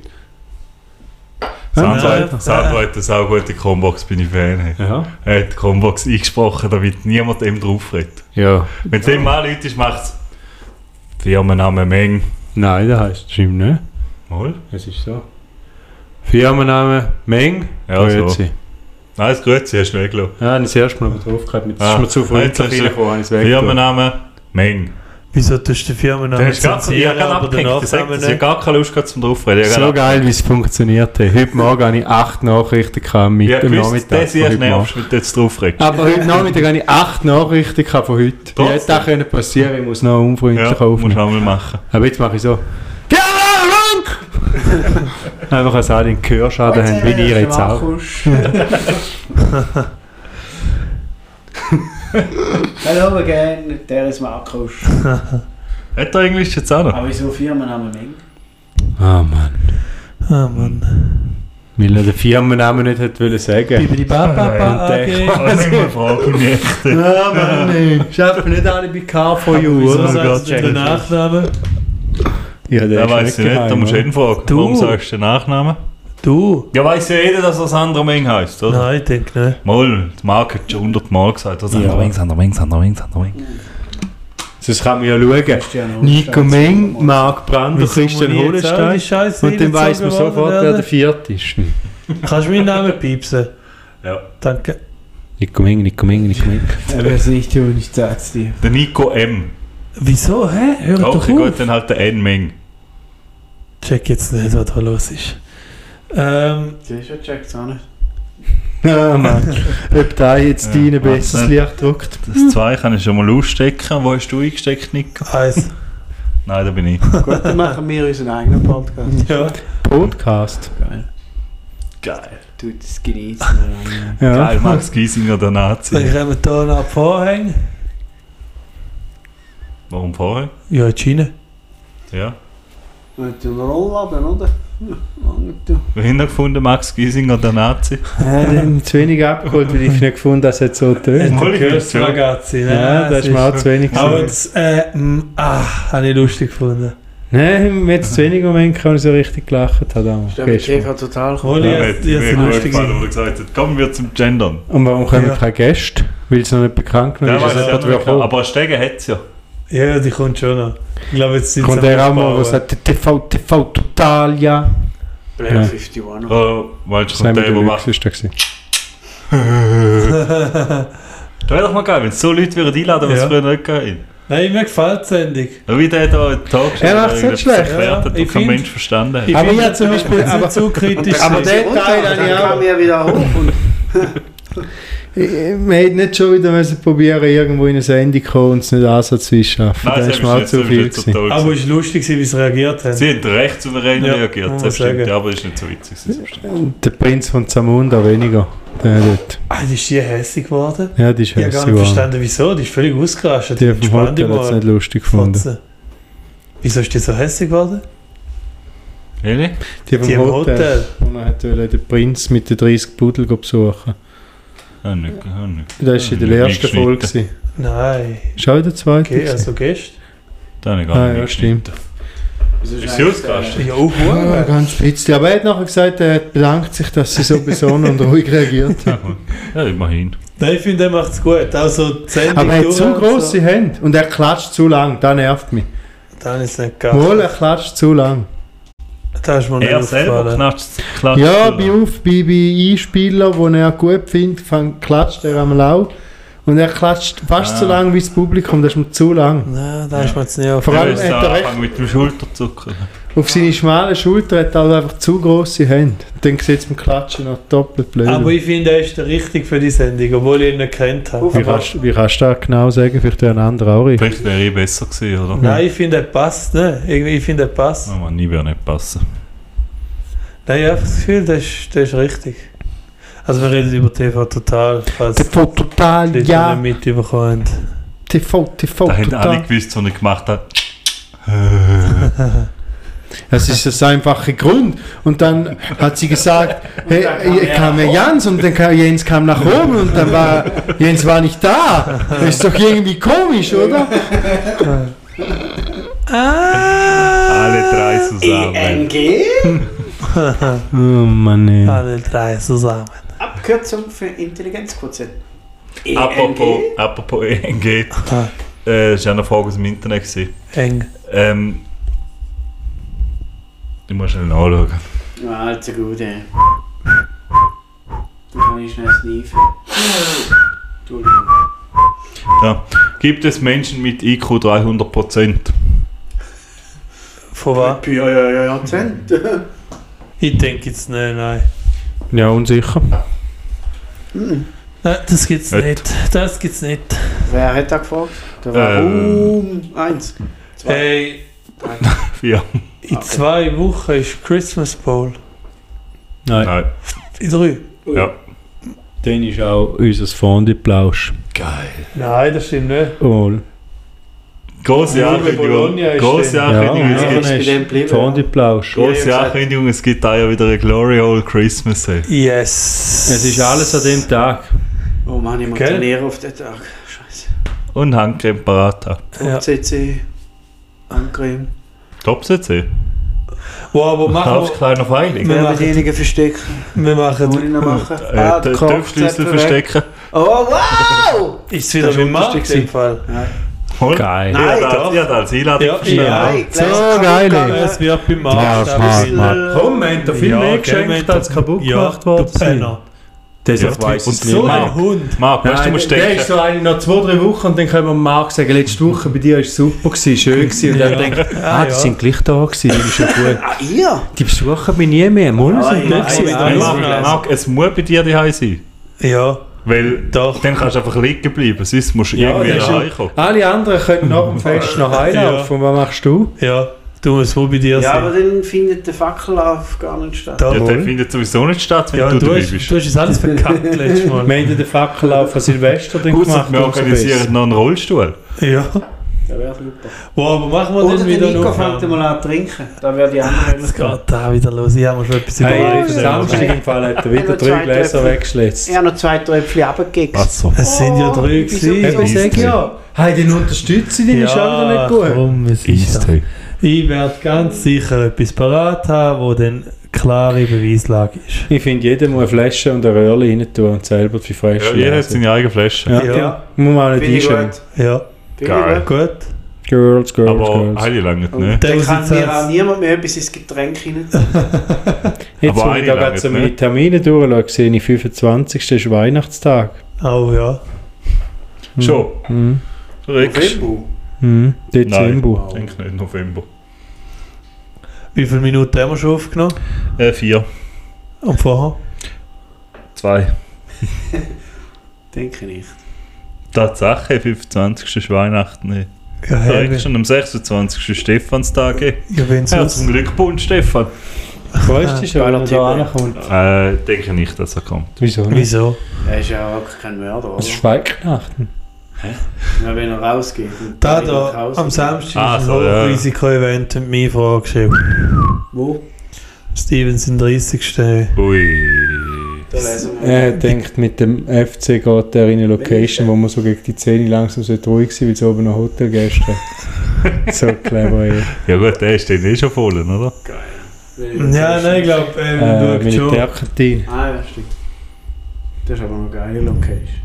S5: Sandro
S2: Ja.
S5: Sandro hat eine sau gute Combox, bin ich Fan.
S4: Ja.
S5: Er hat die Combox eingesprochen, damit niemand dem drauf redet.
S4: Ja.
S5: Wenn es dem mal Leute ist, macht es Firmenname Meng.
S4: Nein, das heißt es nicht.
S5: Mal?
S4: Es ist so. Firmenname Meng.
S5: Ja, so. Nein, das Grüezi hast du nicht gelassen.
S4: Ja, das erste Mal drauf gehabt. Jetzt
S5: Ah,
S4: ist mir zu
S5: jetzt hast
S4: freundlich
S5: du-
S4: reingekommen, habe ich es weggetan.
S5: Firmenname Meng.
S2: Wieso tust du die Firmen
S5: Dann hast du gar keine, ich habe gerade abgehängt. Ich sag, ich habe gar keine Lust gehabt, zum draufreden. Ich habe
S4: So
S5: gerade-
S4: geil, wie es funktioniert hat. Heute Morgen habe ich acht Nachrichten gehabt mit
S5: Ich habe
S4: dem
S5: gewusst,
S4: Nachmittag.
S5: dass
S4: von
S5: du
S4: heute
S5: erst
S4: Morgen.
S5: nervst, wenn du jetzt draufregst.
S4: Aber heute Nachmittag habe ich acht Nachrichten gehabt von heute. Wie
S5: Trotzdem.
S4: hätte das können passieren? Ich muss noch
S5: Ja,
S4: unfreundlich
S5: musst
S4: aufnehmen.
S5: du auch mal machen.
S4: Aber jetzt mache ich so. Ja, Rank! Einfach als alle den Gehörschaden haben, wie
S3: äh,
S4: ihr jetzt auch.
S3: Hallo again, der ist Markus.
S5: Hat er Englisch jetzt auch noch?
S3: Aber wieso Firmennamen Meng?
S4: Ah Mann.
S2: Ah, Mann.
S4: Weil er den Firmennamen nicht hätte wollen sagen.
S2: Bibidi Baba,
S4: Nein,
S2: AG.
S4: denk-
S5: Also, ich frage mich nicht.
S4: Ah Mann, ey. Schaffen nicht alle bei Car for You,
S2: Wieso
S5: Oh
S2: sagst du
S5: Gott,
S2: den
S5: check.
S2: Nachnamen?
S4: Ja, der
S5: Da
S4: ist
S5: weiß ich
S4: nicht
S5: nicht, da
S4: geheim,
S5: musst du
S4: oder?
S5: ihn fragen.
S2: Du.
S5: Warum sagst du den Nachnamen?
S2: Du?
S5: Ja, weiß ja jeder, dass das Sanderming heißt, oder?
S2: Nein, ich denke nicht.
S5: Mal, die Marke hat schon hundertmal gesagt, das Sanderming, Sanderming, Sanderming, Sanderming.
S4: Sonst kann man ja schauen. Nico Meng, Marc Brander, Christian
S2: muss ich jetzt auch die
S4: Hohlenstein.
S2: Scheiße
S4: Und dann weiss man
S2: reingezogen
S4: sofort, wer
S2: werden?
S4: der vierte ist.
S2: Kannst du meinen Namen piepsen?
S5: Ja.
S2: Danke.
S4: Nico Meng, Nico Meng, Nico Meng.
S3: Er will es nicht tun, ich sag's dir.
S5: Der Nico M.
S2: Wieso, hä? Hör doch
S5: Okay,
S2: auf.
S5: gut, dann halt der N Meng.
S2: Check jetzt nicht, was da los ist. Ähm,
S3: Der ist ja checkt's auch nicht.
S4: Ah, Mann. Ob da jetzt
S5: Ja,
S4: deine
S5: Marc,
S4: bestes
S5: ne?
S4: Licht drückt.
S5: Das 2 kann ich schon mal ausstecken. Wo hast du eingesteckt, Nico?
S2: eins.
S5: Nein, da bin ich.
S3: Gut, dann machen wir unseren eigenen Podcast.
S2: ja.
S4: Podcast.
S3: Geil.
S5: Geil.
S3: Du, das genießen.
S4: Ja.
S5: Geil, Max Giesinger, der
S2: Dann
S5: Nazi.
S2: können wir hier noch vorhängen.
S5: Warum vorher?
S2: Ja, die Schiene.
S5: Ja.
S3: Mit dem Rollladen, oder? Ja,
S5: Wir haben noch gefunden, Max Giesinger, der Nazi.
S4: Ja, dann zu wenig abgeholt, weil ich nicht gefunden habe, dass es so tönt.
S5: Voll
S2: Gehört's,
S5: gut, ja.
S2: Ragazzi. Nein,
S4: Ja, das
S2: es
S4: ist mir auch zu wenig.
S2: Aber
S4: gewesen.
S2: das, äh, m, ah, habe ich lustig gefunden.
S4: Nein, mir hat es zu wenig Moment gehabt, wo ich so richtig gelacht habe. damals.
S3: Ich
S4: Gestern.
S3: habe total
S2: Obwohl,
S5: Ja,
S2: ja, ja,
S5: mir hat mir
S2: ist
S5: hat gut
S2: lustig.
S5: gefallen, wo du gesagt hast, kommen wir zum Gendern.
S4: Und warum kommen
S2: Ja.
S4: keine Gäste? Weil es noch nicht bekannt genug
S5: Ja,
S4: ist, Also dass
S5: weiß ich
S4: jemand
S5: auch nicht.
S4: will kommen.
S5: aber Stegen hat es ja.
S2: Ja, die kommt schon noch. Ich glaube, jetzt sind
S4: Kommt
S2: sie am
S4: der auch mal, der
S2: Aufbauen.
S4: sagt, TV, TV Total, ja.
S3: Blair
S4: Ja.
S3: 51.
S5: Oh, meinst
S4: Das
S5: du,
S4: haben
S5: kommt
S4: wir
S5: der,
S4: der
S5: der macht.
S4: Lüxeste gewesen.
S5: Das wäre doch mal geil, wenn so Leute würden einladen, was
S2: Ja.
S5: früher nicht gegeben
S2: Nein, mir gefällt die Sendung.
S5: hat. Wie der da in die Talkshow
S4: Er macht's nicht
S5: irgendwas
S4: schlecht.
S5: erklärt
S2: Ja,
S5: hat,
S2: ich
S5: und kein
S2: find-
S5: Mensch verstanden hat.
S2: Ich
S4: Aber
S2: bin
S4: ich hab
S2: jetzt
S4: zum
S2: zum
S4: Beispiel-
S2: Beispiel
S4: aber-
S2: nicht zu kritisch. sein.
S4: aber der- Teil habe ich
S3: dann
S4: auch.
S3: kam er wieder hoch und
S4: Äh, Wir hätten nicht schon wieder müssen probieren irgendwo in eine Sendung zu kommen und es nicht ansatzweise schaffen.
S5: Nein,
S4: Das
S5: das
S4: ist mir auch
S5: ist
S4: zu
S5: nicht
S4: viel
S5: so
S4: gewesen.
S5: toll.
S2: aber
S5: gewesen.
S2: es war lustig, wie sie reagiert haben.
S5: Sie haben recht souverän
S2: Ja,
S5: reagiert,
S2: muss
S5: das
S2: man
S5: stimmt.
S2: sagen.
S5: Ja, aber ist nicht so witzig. gewesen, das stimmt.
S4: Der Prinz von Zamunda weniger. Der dort.
S2: Ah, die ist die hässlich geworden?
S4: Ja, die ist
S2: Ich habe gar
S4: hässlich
S2: nicht
S4: geworden.
S2: verstanden, wieso. Die ist völlig ausgerastet.
S4: Die auf dem
S2: Entspann dich
S4: Hotel hat es
S2: mal,
S4: nicht lustig gefunden.
S2: Fotze. Wieso ist die so hässlich geworden?
S5: Ehrlich?
S4: Die auf
S2: Die
S4: dem
S2: im
S4: Hotel.
S2: Hotel.
S4: Und er hat wollte den Prinz mit den 30 Pudel go besuchen.
S5: Ah, nicht, ah, nicht.
S4: Das war in
S5: Ja,
S4: der
S5: nicht
S4: ersten
S5: geschnitten.
S4: Folge. gewesen.
S2: Nein.
S4: Ist auch in der zweiten.
S2: Okay,
S4: gewesen?
S2: also Gäste.
S5: Da habe ich gar
S4: Ah,
S5: nicht
S4: ja,
S5: geschnitten.
S4: stimmt.
S5: Ist sie ausgerastet?
S2: Ja, auch
S4: Ja,
S2: Huren.
S4: ganz spitz. Aber er hat nachher gesagt, er bedankt sich, dass sie so besonnen und ruhig reagiert hat.
S5: Ja, gut. Ja, immerhin.
S2: Nein, ich finde, der macht es gut. Also, die Sendung
S4: Aber er hat
S2: durch
S4: zu
S2: und
S4: grosse Hände und er klatscht zu lang. Das nervt mich.
S2: So. Dann ist es nicht
S4: Wohl,
S2: gegangen.
S4: er klatscht zu lang.
S2: Das ist mir nicht
S5: Er selber
S2: aufgefallen.
S5: knatscht klatscht
S4: Ja,
S5: zu
S4: bei,
S5: lang.
S4: auf, bei, bei Einspielern, die er gut findet, fang, klatscht er am Lau. Und er klatscht fast
S5: Ah.
S4: so lang wie das Publikum, das ist mir zu lang.
S2: Nein, da ist mir jetzt nicht
S4: Vor
S5: Ja,
S4: allem
S5: jetzt
S4: hat er
S5: anfangen
S4: recht.
S5: mit dem Schulterzucken.
S4: Auf seine schmalen Schulter hat er halt einfach zu grosse Hände. Dann sieht es beim Klatschen noch doppelt blöd
S2: Aber
S4: aus.
S2: ich finde, er ist der richtige für die Sendung, obwohl ich ihn nicht kennt habe.
S4: Wie kannst, wie kannst du das genau sagen? Vielleicht wäre ein anderer auch richtig.
S5: Vielleicht wäre ich besser gewesen, oder?
S2: Nein, ich finde, er passt. Ne? Irgendwie, ich finde, er passt.
S5: Oh Mann, ich wäre nicht passen.
S2: Nein, ich habe das Gefühl, das ist, das ist richtig. Also, wir reden über TV total, falls die
S4: TV total,
S2: Leute
S4: ja.
S2: nicht mitbekommen haben.
S4: TV, TV
S5: Da hätten alle
S4: Oh, total.
S5: gewusst, was ich gemacht habe.
S4: Das ist das einfache Grund. Und dann hat sie gesagt, hey, äh, kam ja Jens und dann kam, Jens kam nach oben und dann war Jens war nicht da. Das ist doch irgendwie komisch, oder?
S2: Ah.
S5: Alle drei
S3: E
S5: zusammen.
S3: ENG?
S4: Oh Mann, ey.
S2: Alle drei zusammen.
S3: Abkürzung für E Intelligenzquotient.
S5: Apropos, apropos ENG.
S2: Ah.
S5: Äh, das war eine Frage aus dem Internet. Gewesen.
S2: Eng.
S5: Ähm, ich muss schnell nachschauen.
S3: Ja, allzu gut, ey. Dann kann ich schnell sneefen. Entschuldigung.
S5: Ja. Gibt es Menschen mit IQ 300%?
S2: Von was?
S3: Ja, ja, ja, ja. Zent.
S2: Ich denke jetzt nicht, nein.
S4: Ja, unsicher.
S5: Hm.
S2: Nein, das gibt's
S5: Nicht.
S2: nicht. Das gibt's nicht.
S3: Wer hat da gefragt? Der war
S5: Ähm.
S3: um eins. Zwei.
S2: Hey,
S5: Ja.
S2: in
S3: Okay.
S2: zwei Wochen ist Christmas Bowl.
S4: Nein,
S5: Nein.
S2: In drei?
S5: Ja.
S4: dann ist auch unser Fond im Plausch.
S5: Geil.
S2: Nein, das stimmt nicht.
S4: Oh.
S5: Große
S2: Liebe
S5: Ankündigung.
S2: Bologna ist
S5: Große
S2: dann-
S5: Ankündigung.
S3: ja,
S5: es gibt
S3: ist bei dem geblieben,
S4: Fond
S3: ja.
S4: im Plausch.
S3: Ja, ich hab
S5: Große
S3: gesagt-
S5: Ankündigung, es gibt da ja wieder eine Glory Hole Christmas. Ey.
S2: Yes.
S4: Es ist alles an dem Tag.
S3: Oh Mann, ich muss
S2: Gell?
S3: trainieren auf den Tag. Scheiße.
S5: Und Handcreme parat. haben.
S2: Ja.
S3: Top CC. Handcreme.
S5: Top CC.
S2: Wow, aber machen
S5: Darfst du kleiner Feiling?
S2: Wir machen-
S3: Fernbedienungen verstecken.
S2: wir, wir
S3: Muss ich
S2: machen...
S3: noch machen? Ah,
S5: Äh, den Töpfschlüssel verstecken.
S3: Oh, wow!
S2: Ist es wieder
S3: Das
S2: mit
S3: war
S2: dem Markt
S3: lustig
S2: im Fall?
S5: Hol.
S6: Geil.
S5: Ja,
S2: Nein,
S5: da-
S2: doch.
S5: Ja, da, sie hat
S2: Ja, ja.
S3: Nein,
S6: So
S3: gleich
S6: geil,
S3: kann ich
S6: ey.
S2: Es wird beim
S6: Ja,
S2: Markt
S6: smart, smart.
S4: Komm, wir haben da viel mehr
S2: gell,
S4: geschenkt, als kaputt
S2: ja,
S4: gemacht
S2: worden
S4: worden
S2: du
S4: sind.
S2: Penner.
S6: Das
S5: Ja,
S6: ist
S5: weiss es
S2: So
S5: nicht.
S2: ein Hund.
S5: Marc, weißt du, du musst
S4: der ist
S5: denken.
S4: so eine, noch zwei, drei Wochen und dann können wir Marc sagen, letzte Woche bei dir war es super, gewesen, schön gewesen. Und
S2: Ja.
S4: dann denkt ah, die
S2: ja.
S4: sind gleich da gewesen, die sind schon gut.
S3: Ah, ihr?
S4: Die besuchen mich nie mehr, Mulle
S3: Ah,
S4: sind
S3: ja,
S4: da
S3: ja,
S4: gewesen.
S2: ja, ja.
S4: Ah,
S5: Marc, Marc, es muss bei dir daheim sein.
S2: Ja,
S5: Weil
S2: Doch.
S5: dann kannst du einfach liegen bleiben, sonst musst du irgendwie
S4: das ist-
S5: daheim kommen.
S4: Alle anderen können nach dem Fest noch heimlaufen. Und was machst du?
S2: ja. Du musst wo bei dir
S3: Ja, aber
S2: sein.
S3: dann findet der Fackellauf gar nicht statt.
S2: Da,
S5: Ja,
S2: wohl.
S5: der findet sowieso nicht statt, wenn
S2: ja,
S5: du
S2: du,
S5: dabei
S2: hast,
S5: bist.
S2: du hast es alles verkackt letztes Mal.
S4: Wir haben den Fackellauf an Silvester dann
S5: Ausser,
S4: gemacht.
S5: wir
S4: umso
S5: organisieren noch einen Rollstuhl.
S2: Ja.
S3: Das wäre super.
S2: Wow, aber machen wir
S3: Oder
S2: dann
S3: der
S2: wieder
S3: Nico
S2: noch.
S3: fängt mal an zu trinken. Da wäre die andere Möglichkeit.
S2: Geht da wieder los. Ich habe mir schon etwas
S4: Hey, am
S2: überlegt.
S4: Samstag im Fall hat er wieder drei Gläser weggeschlitzt.
S3: Ich habe noch zwei Tröpfchen runtergegeben.
S5: Was so?
S2: Es sind ja
S3: Oh,
S2: drei
S3: ich bin so
S2: gewesen.
S5: Eben,
S4: Ich sag ja, hey, den unterstütze ich, den ist auch wieder nicht gut.
S2: Komm, es ist da. ich werde ganz sicher etwas parat haben, wo dann klare Beweislage ist.
S4: Ich finde, jeder muss eine Flasche und eine Röhrli rein tun und selber für
S5: Ja,
S4: Flaschen.
S5: jeder hat seine eigene Flasche.
S4: ja.
S2: Ja.
S4: Ja. Muss man auch nicht
S3: Finde ich
S4: einschränken.
S3: gut.
S2: Ja,
S3: Finde
S5: Geil.
S3: ich gut.
S2: gut.
S4: Girls, Girls,
S5: Aber
S4: Girls.
S5: eine lange
S3: Und
S5: nicht.
S2: Der
S5: ne?
S3: dann
S2: muss
S3: kann
S2: jetzt
S3: mir auch
S2: als-
S3: niemand mehr etwas ins Getränk rein.
S4: Jetzt,
S5: aber
S4: wo ich
S5: eine
S4: da
S5: lange
S4: gerade so
S5: nicht, ne?
S4: meine Termine durchschaue, sehe ich 25. ist Weihnachtstag.
S2: Auch ja.
S5: Schon.
S4: Mhm.
S5: Rex.
S4: Mhm. Dezember.
S5: Ich denke nicht November.
S2: Wie viele Minuten haben wir schon aufgenommen?
S5: Äh, vier.
S2: Und vorher?
S5: Zwei.
S3: Denke nicht.
S5: Tatsache, 25. ist Weihnachten. nicht.
S2: Ja,
S5: Direkt
S2: hey,
S5: schon am 26. ist Stefanstag. eh.
S2: ja wenn
S5: Herzlichen
S2: sonst.
S5: Glückwunsch, Stefan.
S4: Weißt du schon, wenn er
S3: Geiler
S4: da
S3: Typ,
S4: ankommt?
S5: Äh, denke nicht, dass er kommt.
S4: Wieso nicht?
S2: Wieso?
S3: Er ist ja auch kein Mörder, oder?
S4: Es ist Weihnachten.
S3: Ja, wenn er rausgeht. und
S2: Da,
S3: dann wieder nach
S2: da
S3: Hause
S2: am
S3: geht.
S2: Samstag
S5: Ah,
S2: ist ein
S5: so, ja.
S2: Hochrisiko-Event und meine Frage gestellt.
S3: Wo?
S2: Stevens in 30.
S5: Ui.
S3: Da lesen wir.
S4: Er denkt, mit dem FC geht er in eine Location, wo man so gegen die 10 langsam sollte ruhig sein, weil es oben noch Hotelgäste hat. So clever, ey.
S5: Ja gut, der ist dann eh schon voll, oder?
S3: Wenn ich-
S2: Ja, nein, ich glaube, ähm,
S4: Äh,
S2: schaut schon.
S4: Militärkantine.
S3: Ah, ja, stimmt. Das ist aber noch geile Location.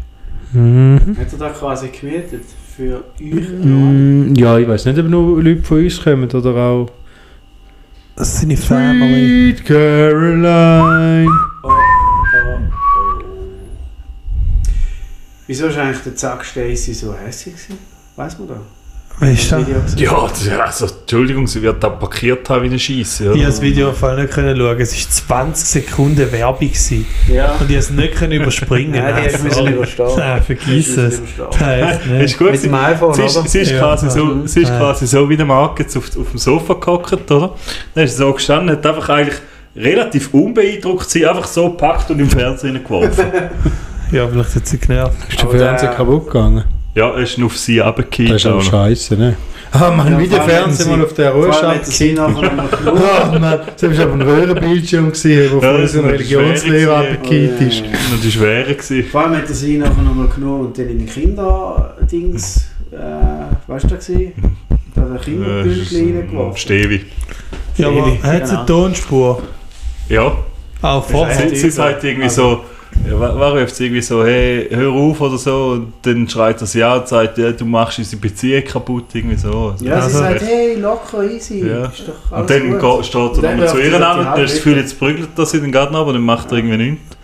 S4: Mhm.
S3: Hat er da quasi gemietet für euch?
S5: Mhm.
S4: Mm, Ja, ich weiß nicht, ob nur Leute von uns kommen oder auch.
S5: Äh,
S2: Das sind die Family.
S4: Sweet Caroline.
S3: Oh, oh, oh. Wieso ist eigentlich der Zack Stacy so hässlich gewesen? Weiß man da?
S2: Weißt du?
S3: Video gesehen?
S5: Ja, das- also Entschuldigung, sie wird da parkiert haben wie eine Scheisse,
S2: Ich
S5: oder?
S2: habe das Video auf jeden Fall nicht können schauen. Es war 20 Sekunden Werbung gewesen.
S3: Ja.
S2: und ich es nicht können überspringen.
S3: Nein, die hast du müssen überstehen.
S2: Nein, vergiss es. Nein, echt
S5: Ist
S2: nicht.
S5: gut,
S3: Mit
S5: sie,
S3: dem iPhone,
S5: sie, ist,
S3: oder?
S5: sie, ist
S2: Ja.
S5: quasi so, sie ist
S2: Ja.
S5: quasi so wie der Marc jetzt auf, auf dem Sofa gehockt, oder? Dann ist sie so gestanden, hat einfach eigentlich relativ unbeeindruckt sie einfach so gepackt und im Fernsehen geworfen.
S2: Ja, vielleicht hat sie genervt.
S4: Ist der
S3: Aber
S4: Fernseher
S3: der-
S4: kaputt gegangen?
S5: ja, er ist noch auf sie
S4: Das ist auch
S5: runtergekippt.
S4: scheiße, ne? Ah, Mann,
S3: Ja,
S4: wie der
S3: vor allem
S4: Fernseher
S3: wenn
S4: mal auf der
S3: Vor allem
S4: Ruhestand
S3: hat sie nachher noch geschaut.
S4: Ah, Mann, das war aber ein Röhrenbildschirm, gewesen, wo von
S5: Ja, das
S4: unserem
S5: ist schwer
S4: Religionslehrer
S5: gewesen. Oh,
S4: abgekippt ist.
S5: Und die Schwere gewesen.
S3: Oh, Vor allem hat er sie nachher nochmal genommen und dann in den Kinderdings, äh, weißt du das gewesen? Da hat er
S5: Ja, das ist,
S3: Kinderbündchen
S5: ähm,
S3: reingeworfen.
S5: Stevi.
S2: Ja, aber
S3: Ewig,
S2: hat sie
S3: genau.
S2: eine Tonspur?
S5: Ja,
S2: Auch
S3: Ja,
S5: sie,
S2: vorher?
S5: sie sagt irgendwie so, ja, wa- wa- ruft sie irgendwie so, hey, hör auf oder so. Und dann schreit er sie an und sagt, ja, du machst unsere Beziehung kaputt, irgendwie so.
S3: Ja,
S2: Also-
S3: sie sagt, hey, locker, easy.
S5: Ja.
S3: Ist doch
S5: Und
S3: alles
S5: dann
S3: gut.
S5: geht, steht er
S3: Dann
S5: nochmal zu
S3: läuft sie
S5: ihrem
S3: durch die
S5: Namen, dann hast du das Gefühl,
S3: Hand
S5: jetzt prügelt er sie den Garten ab und dann macht er irgendwie nichts.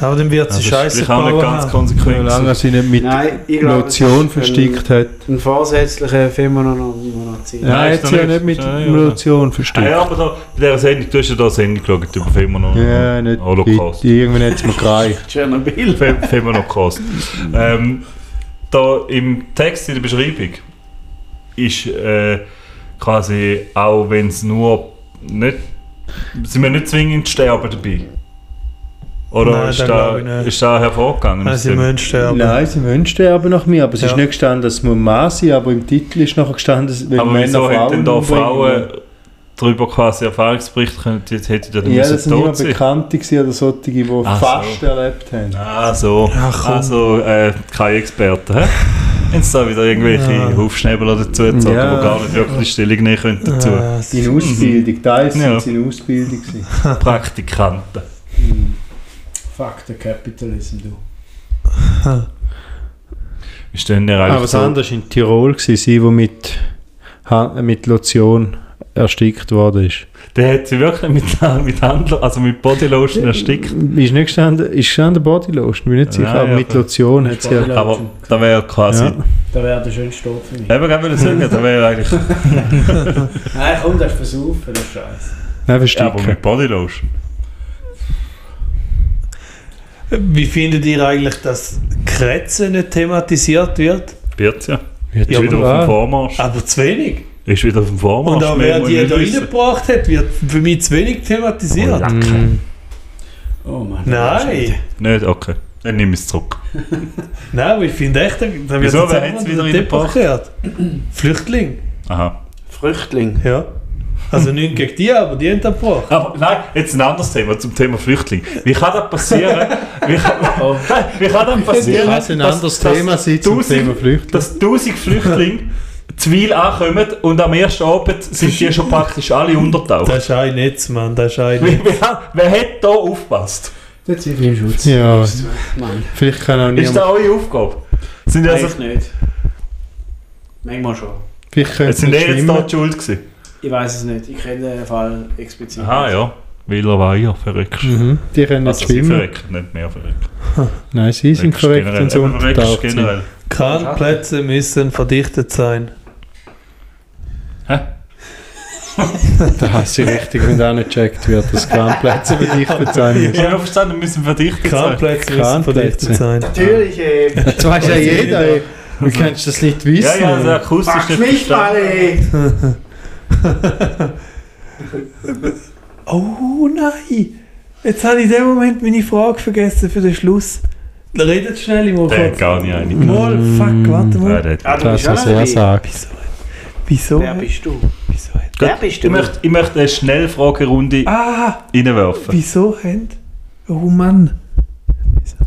S2: Aber dann wird sie
S5: Also das ist
S2: scheiße
S5: vielleicht auch nicht ganz
S2: gebaut.
S5: konsequent.
S4: Solange er
S5: gewesen.
S4: sie nicht mit
S3: Nein, ich glaube,
S4: Lotion
S3: das ist
S4: versteckt hat.
S3: Ein, ein vorsätzlicher Film noch, noch, noch Zeit.
S5: Ja.
S4: Nein,
S5: ist
S4: hat
S5: noch
S4: sie ja
S5: nicht-
S4: nicht mit
S5: Nein, oder?
S4: Lotion
S5: Ah, ja,
S4: versteckt.
S5: aber da, bei dieser Sendung, du hast ja da eine Sendung geschaut über Femino
S4: Ja, nicht
S5: Holocaust.
S4: mit- Irgendwann hat es mir gereicht.
S3: Tschernobyl.
S5: Fe- Feminocaust.
S2: Mhm.
S5: ähm, da im Text, in der Beschreibung, ist äh, quasi, auch wenn es nur nicht, sind wir nicht zwingend sterben dabei. Oder
S2: Nein,
S5: ist,
S2: das
S5: da,
S2: glaub ich nicht.
S5: ist da hervorgegangen?
S2: Nein,
S5: aus
S2: Also, sie
S5: dem-
S2: müssen sterben.
S4: Nein, sie wünschten aber nach mir, aber es
S2: Ja.
S4: ist nicht gestanden, dass es ein Mann sein aber im Titel ist nachher gestanden, dass wenn
S5: Aber
S4: Männer
S5: wieso
S4: Frauen
S5: hätten da
S4: umbringen.
S5: Frauen darüber quasi Erfahrungsbericht können, jetzt hätten die dann
S4: Ja, das
S5: müssen
S4: sind immer
S5: tot sein?
S4: Bekannte gewesen oder solche, die
S5: Ach so.
S4: fast erlebt haben.
S5: Ah so,
S2: Ach, komm.
S5: also äh, keine Experten, hä? Wenn es da wieder irgendwelche
S2: Ja.
S5: Aufschnäbler dazu gezogen, die
S6: Ja.
S5: gar nicht wirklich Stellung nehmen können dazu.
S2: Ah, es
S6: Seine Ausbildung, teils
S5: Ja.
S6: sind seine Ausbildung. gewesen.
S5: Praktikanten.
S3: Hm. Fuck the Capitalism, du.
S5: Wir stehen ja
S6: Aber
S5: eigentlich
S6: das
S5: so-
S6: andere war Ah, in Tirol, gewesen, sie, wo mit, Ha- mit Lotion erstickt worden ist.
S5: Der hat sie wirklich mit, mit Handel, also mit Bodylotion erstickt.
S6: Ist nicht gestanden, ist gestanden Bodylotion, bin nicht sicher,
S5: Nein,
S6: aber mit
S5: aber-
S6: Lotion hat sie ja.
S5: Aber da wäre quasi.
S6: Ja.
S3: Da wäre der schönste Ort für mich.
S5: Eben, gerade wollte ich sagen, da wäre eigentlich.
S3: Nein, komm, das ist versaufen, das ist scheiße.
S6: Nein,
S5: Ja, aber
S6: versticken.
S5: mit Bodylotion.
S2: Wie findet ihr eigentlich, dass Kratzen nicht thematisiert wird?
S5: Wird's ja. Ist
S2: Ja,
S5: wieder
S2: aber-
S5: auf dem Vormarsch.
S2: Aber zu wenig.
S5: Ist wieder auf dem Vormarsch.
S2: Und auch
S5: mehr
S2: wer
S5: muss
S2: die
S5: ich
S2: da
S5: nicht wissen.
S2: reingebracht hat, wird für mich zu wenig thematisiert.
S5: Ja.
S6: Mm.
S3: Oh Mann.
S2: Nein,
S5: Nicht, okay. Dann nehme ich es zurück.
S2: nein, aber ich finde echt, da da wird
S5: Wieso?
S2: jetzt
S5: Wer
S2: auch
S5: hat's
S2: unter
S5: wieder
S2: den Teppich
S5: reingebracht?
S2: gekehrt. Flüchtling,
S5: Aha.
S3: Früchtling.
S2: ja. Also nichts gegen die, aber die haben da gebracht.
S5: Aber nein, jetzt ein anderes Thema zum Thema Flüchtling. Wie kann das passieren? Wie kann,
S6: Oh.
S5: wie kann das passieren?
S4: kann es ein anderes Thema sein zum
S5: tausend-
S4: Thema Flüchtling?
S5: Dass 1000 Flüchtlinge zu viel ankommen und am ersten Abend sind die schon praktisch alle untertaucht.
S2: Das ist ein Netz, Mann, das ist ein Netz.
S5: Wer, wer, wer hätte da aufgepasst?
S3: Der Zivilschutz.
S6: Ja,
S3: Mann,
S6: vielleicht kann auch
S5: Ist
S6: niemand.
S5: das eure Aufgabe? Sind also,
S3: eigentlich nicht. Manchmal schon.
S6: Vielleicht
S5: jetzt
S6: könnte
S5: sind
S6: es
S5: ihr jetzt
S6: schlimmer.
S5: da die schuld gewesen.
S3: Ich weiß es nicht. Ich kenne den Fall explizit.
S5: Aha, ja. Weil er war ja verrückt.
S6: Mhm. Die können nicht
S5: Also sie
S6: schwimmen.
S5: verreckt, nicht mehr verreckt.
S6: Nein, sie sind korrekt
S5: Generell.
S6: und so
S5: Eben, verreckt ist
S6: untertaucht. sind.
S5: generell. Mhm.
S2: Kranplätze müssen verdichtet sein.
S6: Da hasse ich richtig, wenn das nicht gecheckt wird, dass Kranplätze verdichtet sein
S5: Ich
S6: müssen.
S5: habe verstanden, wir müssen verdichtet sein.
S2: Kranplätze müssen
S6: Kranplätze.
S2: verdichtet sein.
S3: Natürlich, ey.
S6: Das weiß ja jeder, ey. Wie kannst du das nicht wissen?
S5: Ja, ja, also akustisch
S3: Fuck mich
S5: nicht
S3: mal,
S5: verstanden.
S3: ey.
S2: Oh nein! Jetzt habe ich in dem Moment meine Frage vergessen für den Schluss. Redet schnell, ich muss
S5: Der
S2: kurz.
S5: hat gar nicht eine.
S2: Mal, fuck, warte
S5: Nein,
S2: mal.
S5: der hat
S3: Ah, du
S6: das,
S3: bist
S6: was
S3: auch
S6: er
S3: noch
S6: sagt.
S2: Wieso?
S3: Wer bist du?
S2: Wieso? hat-
S5: Gut.
S3: Wer bist
S5: Ich möchte, ich möchte eine Schnellfragerunde
S2: Ah!
S5: reinwerfen.
S2: Wieso haben? Oh Mann.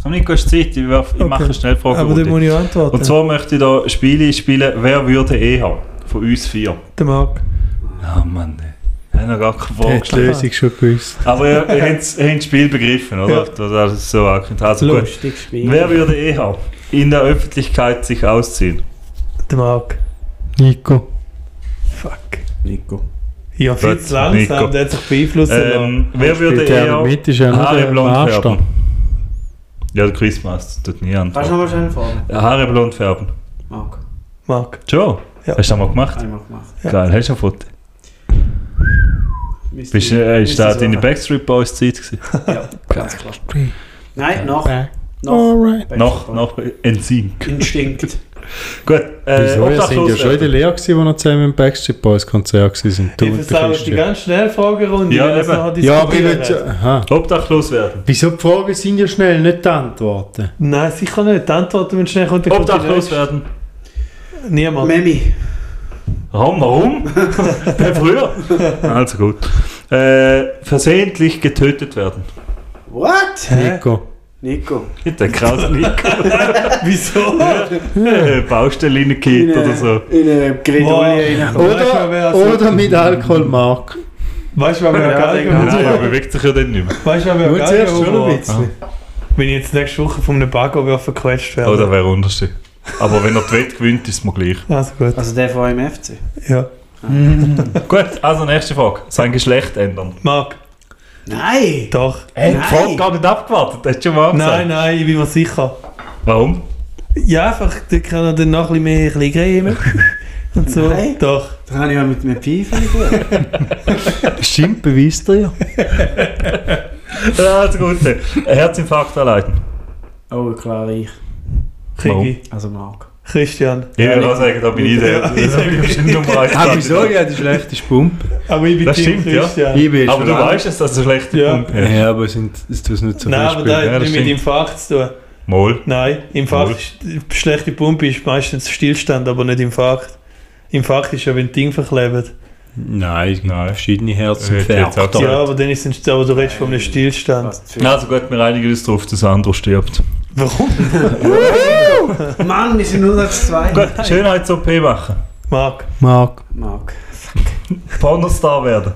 S5: Komm, Nico, hast Zeit, ich, werf, ich
S2: Okay.
S5: mache
S2: Aber
S5: eine
S2: dann
S5: Schnellfragerunde.
S2: muss ich antworten.
S5: Oh, Und zwar möchte ich da Spiele spielen, wer würde eh haben? Von uns vier.
S2: der Marc.
S5: Ah, Mann, ey. ich habe noch gar keine
S6: Er
S5: Frage
S6: hat die Lösung schon gewusst.
S5: gestellt. Aber ihr, ihr habt das ihr habt das Spiel begriffen, oder?
S2: Ja.
S5: Das das ist so angekündigt. Also gut.
S3: Lustig spielen.
S5: Wer würde eh haben? In der Öffentlichkeit sich ausziehen.
S2: Der Marc.
S6: Nico.
S2: Fuck.
S3: Nico.
S2: Ja, viel
S5: Gut,
S2: zu langsam,
S5: Nico.
S2: der hat sich beeinflussen lassen.
S5: Ähm, wer würde
S6: Spielt
S5: eh
S6: er
S5: haben?
S6: mit, ist ja nur
S5: Haare
S6: der
S5: blond
S6: Master.
S5: färben. Ja, der Quizmaster tut nie an.
S3: Kannst du nochmal schnell fahren?
S5: Haare blond färben.
S3: Marc,
S2: Marc.
S5: Schon?
S2: Ja.
S5: Hast du das mal gemacht?
S3: einmal gemacht.
S2: Ja.
S5: Geil, hast du ein Foto?
S3: Müsste-
S5: Bist, du- äh, ist
S3: müsste
S5: das
S3: so
S5: deine
S3: machen.
S5: Backstreet Boys Zeit? Gewesen?
S3: Ja, ganz klar. Nein, noch.
S6: Äh,
S5: Äh,
S3: Noch.
S6: Alright.
S5: Noch, noch Enzym.
S3: Instinkt.
S5: Gut, äh,
S6: Wieso? Wir sind ja
S5: Obdachlos-
S6: schon in der Lehre, gewesen, wo wir zusammen im Backstreet Boys Konzert waren. Du
S2: Ich
S6: und der
S2: versauere die
S6: Christian.
S2: ganz schnell Fragerunde.
S5: Ja,
S2: weil das
S5: eben.
S2: nachher
S6: Ja, aber ich
S2: diskutieren.
S6: würde... Aha.
S5: Obdachlos werden.
S6: Wieso die Fragen sind ja schnell, nicht die Antworten?
S2: Nein, sicher nicht. Die Antworten müssen schnell kommen. dann kommt die
S5: Obdachlos
S2: nächste.
S5: werden.
S2: Niemand.
S3: Memi.
S5: Warum? Warum? Der früher. Also gut. Äh, versehentlich getötet werden.
S3: What?
S2: Hä?
S6: Nico.
S3: Nico.
S5: Der krasse Nico.
S2: Wieso?
S5: Äh, Baustelle in
S3: In
S5: oder
S3: eine-
S5: so.
S3: In eine Gredolie rein.
S6: Oder, oder mit Alkohol, Marc.
S2: also- Weißt du, wer
S3: Ja,
S2: mir geil
S3: denke
S5: Nein,
S3: ich.
S2: wird?
S5: er bewegt sich ja dann nicht mehr.
S2: Weißt du, wer mir
S6: Nur
S2: geil
S6: zuerst schon ein bisschen.
S2: Wenn ich jetzt nächste Woche von einem Baggerwerfer gequetscht werde.
S5: Oh, der wäre unterste. Aber wenn er die Welt gewinnt, ist es mir gleich.
S2: Also gut.
S3: Also der von im FC.
S2: Ja.
S5: Gut, also nächste Frage. Sein Geschlecht ändern.
S2: Marc,
S3: Nein!
S2: doch.
S5: Hey, die
S3: Nein.
S5: Frage gar nicht abgewartet. Hast du schon mal gesagt?
S2: Nein, nein, ich bin mir sicher.
S5: Warum?
S2: Ja, einfach, da kann er dann noch ein bisschen mehr ein bisschen cremen. Und so.
S3: Nein.
S2: Doch.
S3: Da kann ich mal mit einem Pfeifen gut.
S6: Stimmt, beweist er ja.
S5: Ja, also gut. dann. Ein Herzinfarkt erleiden.
S3: Oh, klar, ich.
S2: Kriege.
S3: Also Marc.
S2: Christian.
S5: Ich würde auch sagen, da bin ich der.
S2: Ja, ich
S5: Da bin ich Nummer eins.
S6: Aber wieso? Ja, die schlechteste Pumpe.
S2: Aber ich bin
S5: Das
S2: Team
S5: stimmt, ja.
S2: Christian.
S6: Ich bin
S5: Aber du
S6: schon-
S5: weißt es, dass du schlecht
S2: Ja.
S5: Pumpe
S6: Ja, aber sind, das tut nicht so
S2: Nein, aber das
S5: Ja,
S2: hat
S5: das
S2: nicht mit
S5: stimmt.
S2: Infarkt zu tun.
S5: Mal.
S2: Nein,
S5: Wohl.
S2: Infarkt, ist- schlechte Pumpe ist meistens Stillstand, aber nicht Infarkt. Infarkt ist ja, wenn Ding verklebt.
S6: Nein,
S5: Nein.
S6: verschiedene
S5: Äh, Jetzt auch
S2: Ja,
S5: gesagt.
S2: aber dann ist es, aber du redest von einem Stillstand.
S3: Was
S5: Also gut, wir einigen uns darauf, dass Andro stirbt.
S2: Warum?
S3: Mann, wir sind nur noch zu zweit.
S5: Gut, Schönheits-OP machen.
S2: Marc,
S4: Marc.
S3: Marc.
S5: Pornostar werden.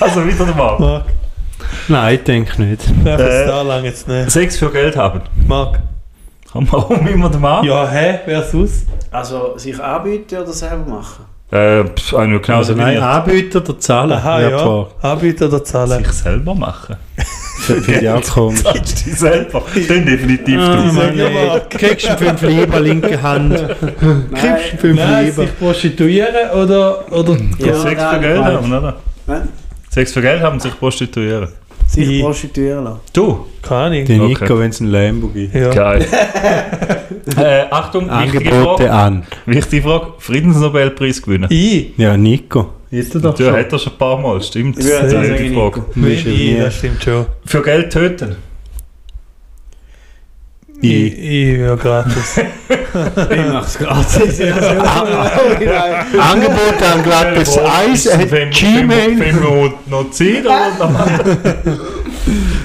S5: also wieder der Mann.
S2: Marc,
S4: Nein, ich denke nicht.
S2: darf
S5: Äh.
S2: es da lang jetzt nicht.
S5: Sex für Geld haben.
S2: Marc,
S5: Kann man auch immer den Mann?
S2: ja, hä, wer sonst?
S3: Also sich anbieten oder selber machen?
S5: Äh, pff, auch nur genauso
S4: Also nein,
S5: wie
S4: Anbieter oder Zahlen.
S2: Aha,
S4: wäre
S2: ja.
S4: zwar-
S2: Anbieter oder
S5: ich.
S2: zahlen?
S5: Sich selber machen.
S4: Finde ich auch komisch.
S5: Zahlst du dich selber. Dann definitiv
S4: Ah,
S5: du.
S2: sag
S4: Mann,
S2: ja
S4: ey.
S2: Marc.
S4: Kriegst du fünf Lieber, linke Hand. Kriegst du fünf
S2: Nein,
S4: Lieber.
S2: sich prostituieren oder, oder
S5: Ja, Sex für
S3: nein,
S5: Geld
S3: nein.
S5: haben, oder?
S3: Hä?
S5: Sex für Geld haben, sich prostituieren.
S3: Sich
S2: Ich-
S3: prostituieren lassen.
S5: Du?
S2: keine Ahnung.
S4: Die
S5: Okay.
S4: Nico, wenn es ein Lambo gibt.
S2: Ja.
S5: Geil. äh, Achtung, wichtige
S4: Angebote
S5: Frage.
S4: an.
S5: Wichtige Frage. Friedensnobelpreis gewinnen.
S2: Ich,
S4: Ja, Nico. Jetzt doch
S5: Ja, hat er schon ein paar Mal, stimmt.
S3: Ich würde
S5: Das ist
S3: sagen,
S5: die
S3: Nico.
S5: Frage.
S2: wenn ich,
S4: Michel,
S2: das stimmt schon.
S5: Für Geld töten.
S2: Ich,
S4: Ich.
S2: ich ja gratis.
S3: Ich mach's gratis.
S4: Angebote an
S5: Äh,
S4: Glattes Eis. at Gmail.
S5: Fünf Minuten noch Zeit. oder noch-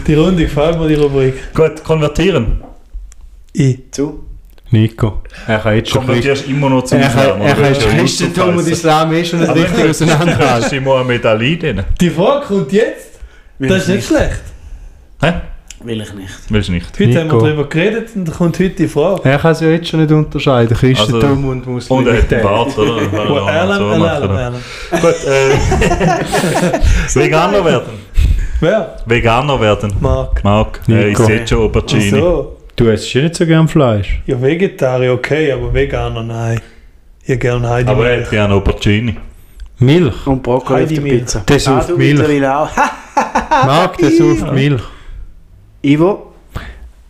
S2: Die Runde gefällt mir, die Rubrik.
S5: Gut, konvertieren.
S2: Ich.
S3: Zu.
S4: Nico. Er kann jetzt schon Christ-
S5: Konvertierst immer noch zum
S4: er kann, er kann jetzt
S5: oder?
S4: Christentum und Islam eh schon nicht
S5: Aber
S4: richtig
S5: wenn-
S4: auseinanderhalten.
S5: Kannst du Mohammed Ali denen?
S2: Die Frage kommt jetzt.
S3: Will
S2: das ist
S3: ich
S2: nicht schlecht.
S5: Hä?
S3: Will ich nicht.
S5: Willst du nicht?
S2: Heute haben wir
S4: Nico.
S2: darüber geredet und da kommt heute die Frage.
S4: Er kann es ja jetzt schon nicht unterscheiden. Christentum
S5: Also-
S4: und Muslim.
S5: Und er hat einen Bart, oder? Kann er
S2: Oh,
S5: auch
S2: Alan,
S5: so
S2: Alan,
S5: machen, oder?
S2: Alan.
S5: Gut, äh, Veganer werden.
S2: Wer?
S5: Veganer werden.
S2: Marc.
S5: Marc, äh, ich
S4: Nico.
S5: sehe schon Aubergine.
S2: So.
S4: Du isst ja nicht so gern Fleisch.
S2: Ja, Vegetarier, okay, aber Veganer, nein. Ich gerne Heidi
S5: Aber er
S2: Milch.
S5: hätte gerne Aubergine.
S4: Milch.
S3: Und Brokkoli auf
S2: Heidi
S3: der
S2: Milch.
S3: Pizza.
S4: Der sauft
S3: Ah, du
S4: Milch.
S3: mittlerweile auch. Ha,
S4: Marc, der sauft Milch.
S3: Ivo,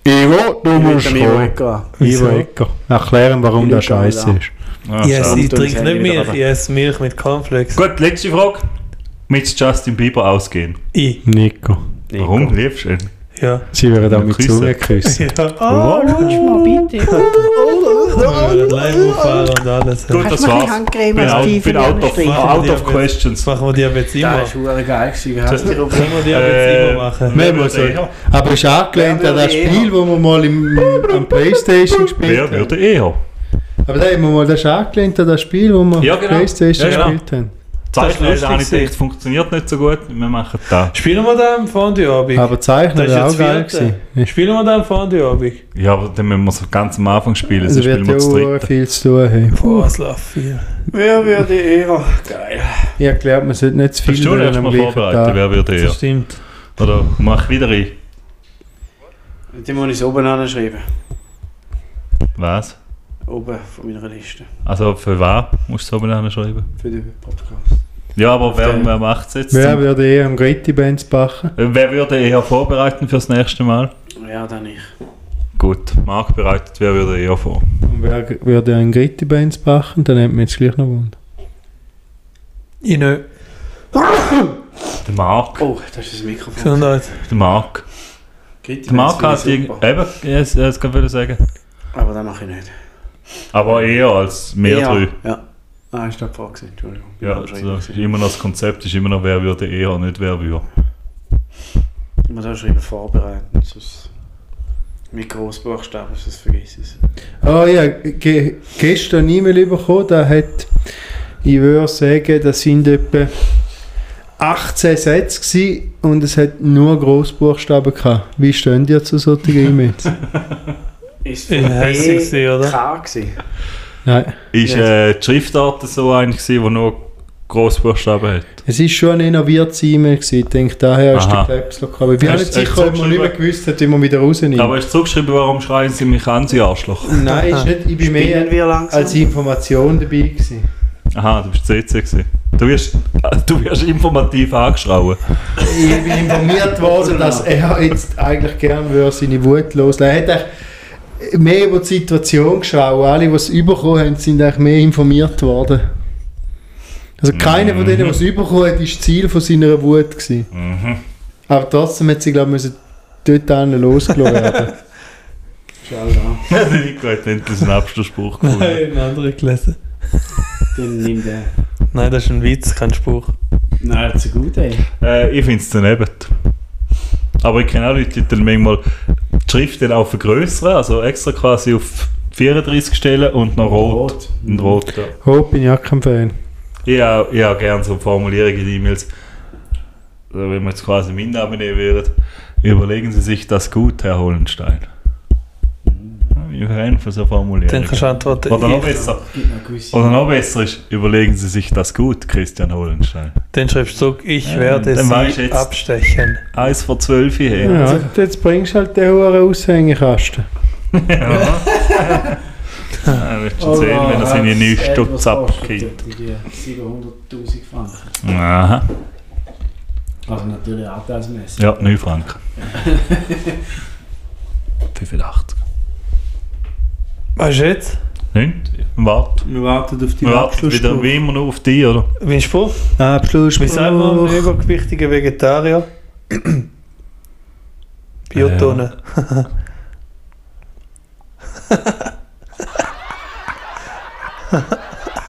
S4: Ivo, du
S3: ich will
S4: musst
S3: dem Ivo
S4: kommen.
S3: Ecker.
S4: Ivo
S2: Wieso?
S4: Ecker. Erklären, warum
S3: Ich
S4: der
S3: schau mal
S4: scheiße
S3: an.
S4: ist.
S5: Ah,
S2: Yes,
S5: schade.
S2: ich trinke
S3: Dann sage ich
S2: nicht
S3: wieder
S2: Milch,
S3: aber.
S2: ich esse Milch mit Cornflakes.
S5: Gut, letzte Frage. Mit Justin Bieber ausgehen.
S2: Ich.
S4: Nico.
S5: Warum liebst du ihn?
S2: Ja.
S4: Sie werden auch mit
S5: Küssen.
S4: Zunge geküsst.
S2: Ja. Oh,
S3: Rutsch mal bitte.
S2: wir live auffahren und alles.
S5: Gut, das war's. Ich bin, out, bin out, of, out of questions.
S2: Das machen wir dir jetzt immer.
S3: Das ist hure geil gewesen. Hast du die Rubrik?
S2: Können wir dir
S5: Äh,
S2: jetzt immer machen.
S4: Mehr muss
S5: eher,
S4: Aber es ist angelehnt an das Spiel, das wir mal im, am Playstation gespielt
S5: wer
S4: haben.
S5: würde eher?
S4: Aber da haben wir mal das ist angelehnt an das Spiel, das wir
S5: Ja,
S4: am
S5: genau.
S4: Playstation
S5: Ja, genau.
S4: gespielt haben.
S2: Das ist
S5: Zeichnen
S2: lustig
S5: habe ich gedacht,
S2: gewesen.
S5: funktioniert nicht so gut. Wir machen das.
S2: Spielen wir da am Fondue-Abend?
S4: Aber
S2: Das
S4: Zeichnen
S2: ist
S4: war auch
S2: jetzt
S4: geil.
S2: vierte.
S4: Gewesen.
S2: Spielen wir da am Fondue-Abend?
S5: Ja, aber dann müssen wir es ganz am Anfang spielen.
S4: Es
S5: Sonst spielen
S4: Also wird
S5: wir
S4: ja
S5: das
S4: auch
S5: dritte.
S4: viel zu tun haben.
S2: Boah, es läuft viel.
S3: Wer würde eher? Geil.
S4: Ich erkläre, man sollte nicht zu
S5: Bist
S4: viel
S5: du
S4: reden
S5: erstmal vorbereitet? Wer würde eher?
S2: Das stimmt.
S5: Oder mach wieder ein.
S3: Die muss ich oben anschreiben.
S5: Was?
S3: Oben von meiner Liste.
S5: Also für wen musst du es oben schreiben?
S3: Für den Podcast.
S5: Ja, aber wer,
S3: den-
S5: wer macht es jetzt?
S4: Wer
S5: Wer,
S4: würde eher am Gritti Benz bachen?
S5: wer würde eher vorbereiten fürs nächste Mal?
S3: Ja, dann ich.
S5: Gut, Marc bereitet, wer würde eher vor?
S4: Und wer g- würde einen Gritti Benz bachen? Dann nimmt man jetzt gleich noch Wunder.
S2: Ich nicht.
S5: Der Marc.
S3: Oh, das ist das Mikrofon.
S2: Gesundheit.
S5: Der Marc.
S3: Geht
S5: Der Marc hat
S3: die.
S5: irgendwie. Eben, ich wollte es sagen.
S3: Aber das mache ich nicht.
S5: Aber eher als mehr
S3: ja.
S5: drei.
S3: Ja. Ah, ist da die Frage gewesen. Entschuldigung. Ich
S5: Ja,
S3: bin
S5: also
S3: am
S5: ist
S3: Schreiben gewesen.
S5: immer noch das Konzept ist immer noch, wer würde eher, nicht wer würde.
S3: Ich muss auch schreiben, vorbereiten. Sonst mit Grossbuchstaben, sonst vergiss ich es.
S4: Ah ja, ge gestern eine E-Mail bekommen, da hat, ich würde sagen, das sind etwa 18 Sätze gewesen und es hat nur Grossbuchstaben gehabt. Wie stehen dir zu solchen E-Mails?
S3: Ist
S2: Ich hässig
S3: B
S2: gewesen, oder?
S3: K gewesen.
S4: Nein,
S5: Ist äh, die Schriftart so eine, gewesen, die nur Großbuchstaben hat?
S4: es ist schon eine innovierte E-Mail gewesen, ich denke, daher ist
S5: Aha.
S4: der Caps Lock gekommen. Ich bin auch nicht
S5: Hast- hast
S4: sicher,
S5: du
S4: ob man nicht mehr
S5: geschrieben?
S4: gewusst hat, wie man wieder rausnimmt.
S5: Aber ist zugeschrieben, warum schreien sie mich an, sie Arschloch?
S4: Nein, ist nicht, ich bin
S3: Spielen
S4: mehr
S3: wir langsam?
S4: als Information dabei gewesen.
S5: Aha, du bist CC gewesen. Du wirst, du wirst informativ angeschraubt.
S4: ich bin informiert worden, dass er jetzt eigentlich gern würde seine Wut loslassen. Er hat eigentlich mehr über die Situation geschaut. Alle, die es bekommen haben, sind eigentlich mehr informiert worden. Also keiner von denen, die es bekommen hat, ist Ziel von seiner Wut gewesen.
S5: Mhm.
S4: Aber trotzdem hat sie, glaube ich, müssen dort hin losgelassen werden.
S3: Schau da.
S5: Der Nico hat endlich einen Abschlussspruch gefunden.
S2: Nein, einen anderen gelesen.
S3: Dann nimm den.
S2: Nein, das ist ein Witz, kein Spruch.
S3: Nein, das ist gut, ey.
S5: Äh, ich finde es daneben. Aber ich kenne auch Leute, die dann manchmal die Schrift dann auch vergrößern, also extra quasi auf 34 stellen und noch rot.
S3: Mhm.
S5: Und rot, ja.
S6: Hope bin ich auch kein Fan.
S5: Ich habe ich hab gerne so Formulierungen in E-Mails. Also wenn wir jetzt quasi meinen Namen nehmen würden, überlegen Sie sich das gut, Herr Hollenstein. Ich bin für so
S2: Mhm. Dann
S5: Formulierungen.
S2: kannst du antworten.
S5: Oder noch
S2: ich.
S5: besser,
S3: Gibt noch gewisse.
S5: oder noch besser ist, überlegen Sie sich das gut, Christian Hollenstein.
S2: Dann schreibst du, zurück, ich
S5: Ja,
S2: werde
S5: dann weisst du
S2: sie
S5: jetzt.
S2: abstechen.
S5: Eins vor zwölf her.
S6: Ja,
S4: also
S6: jetzt- jetzt bringst du halt den hohen Aushängekasten.
S5: Ja. ja. Willst du sehen, wenn er seine 9 Stutz abgibt.
S3: Die 700.000 Franken.
S5: Aha.
S3: Also natürlich anteilsmäßig.
S5: Ja, 9 Franken. 85.
S2: Weißt du jetzt?
S5: Nicht? Wart.
S2: Wir warten auf die
S5: Wir warten wieder wie immer nur auf dich, oder?
S2: Wie ist Spruch?
S6: Abschluss.
S2: Wie sagt man einen übergewichtigen Vegetarier? Biotonne.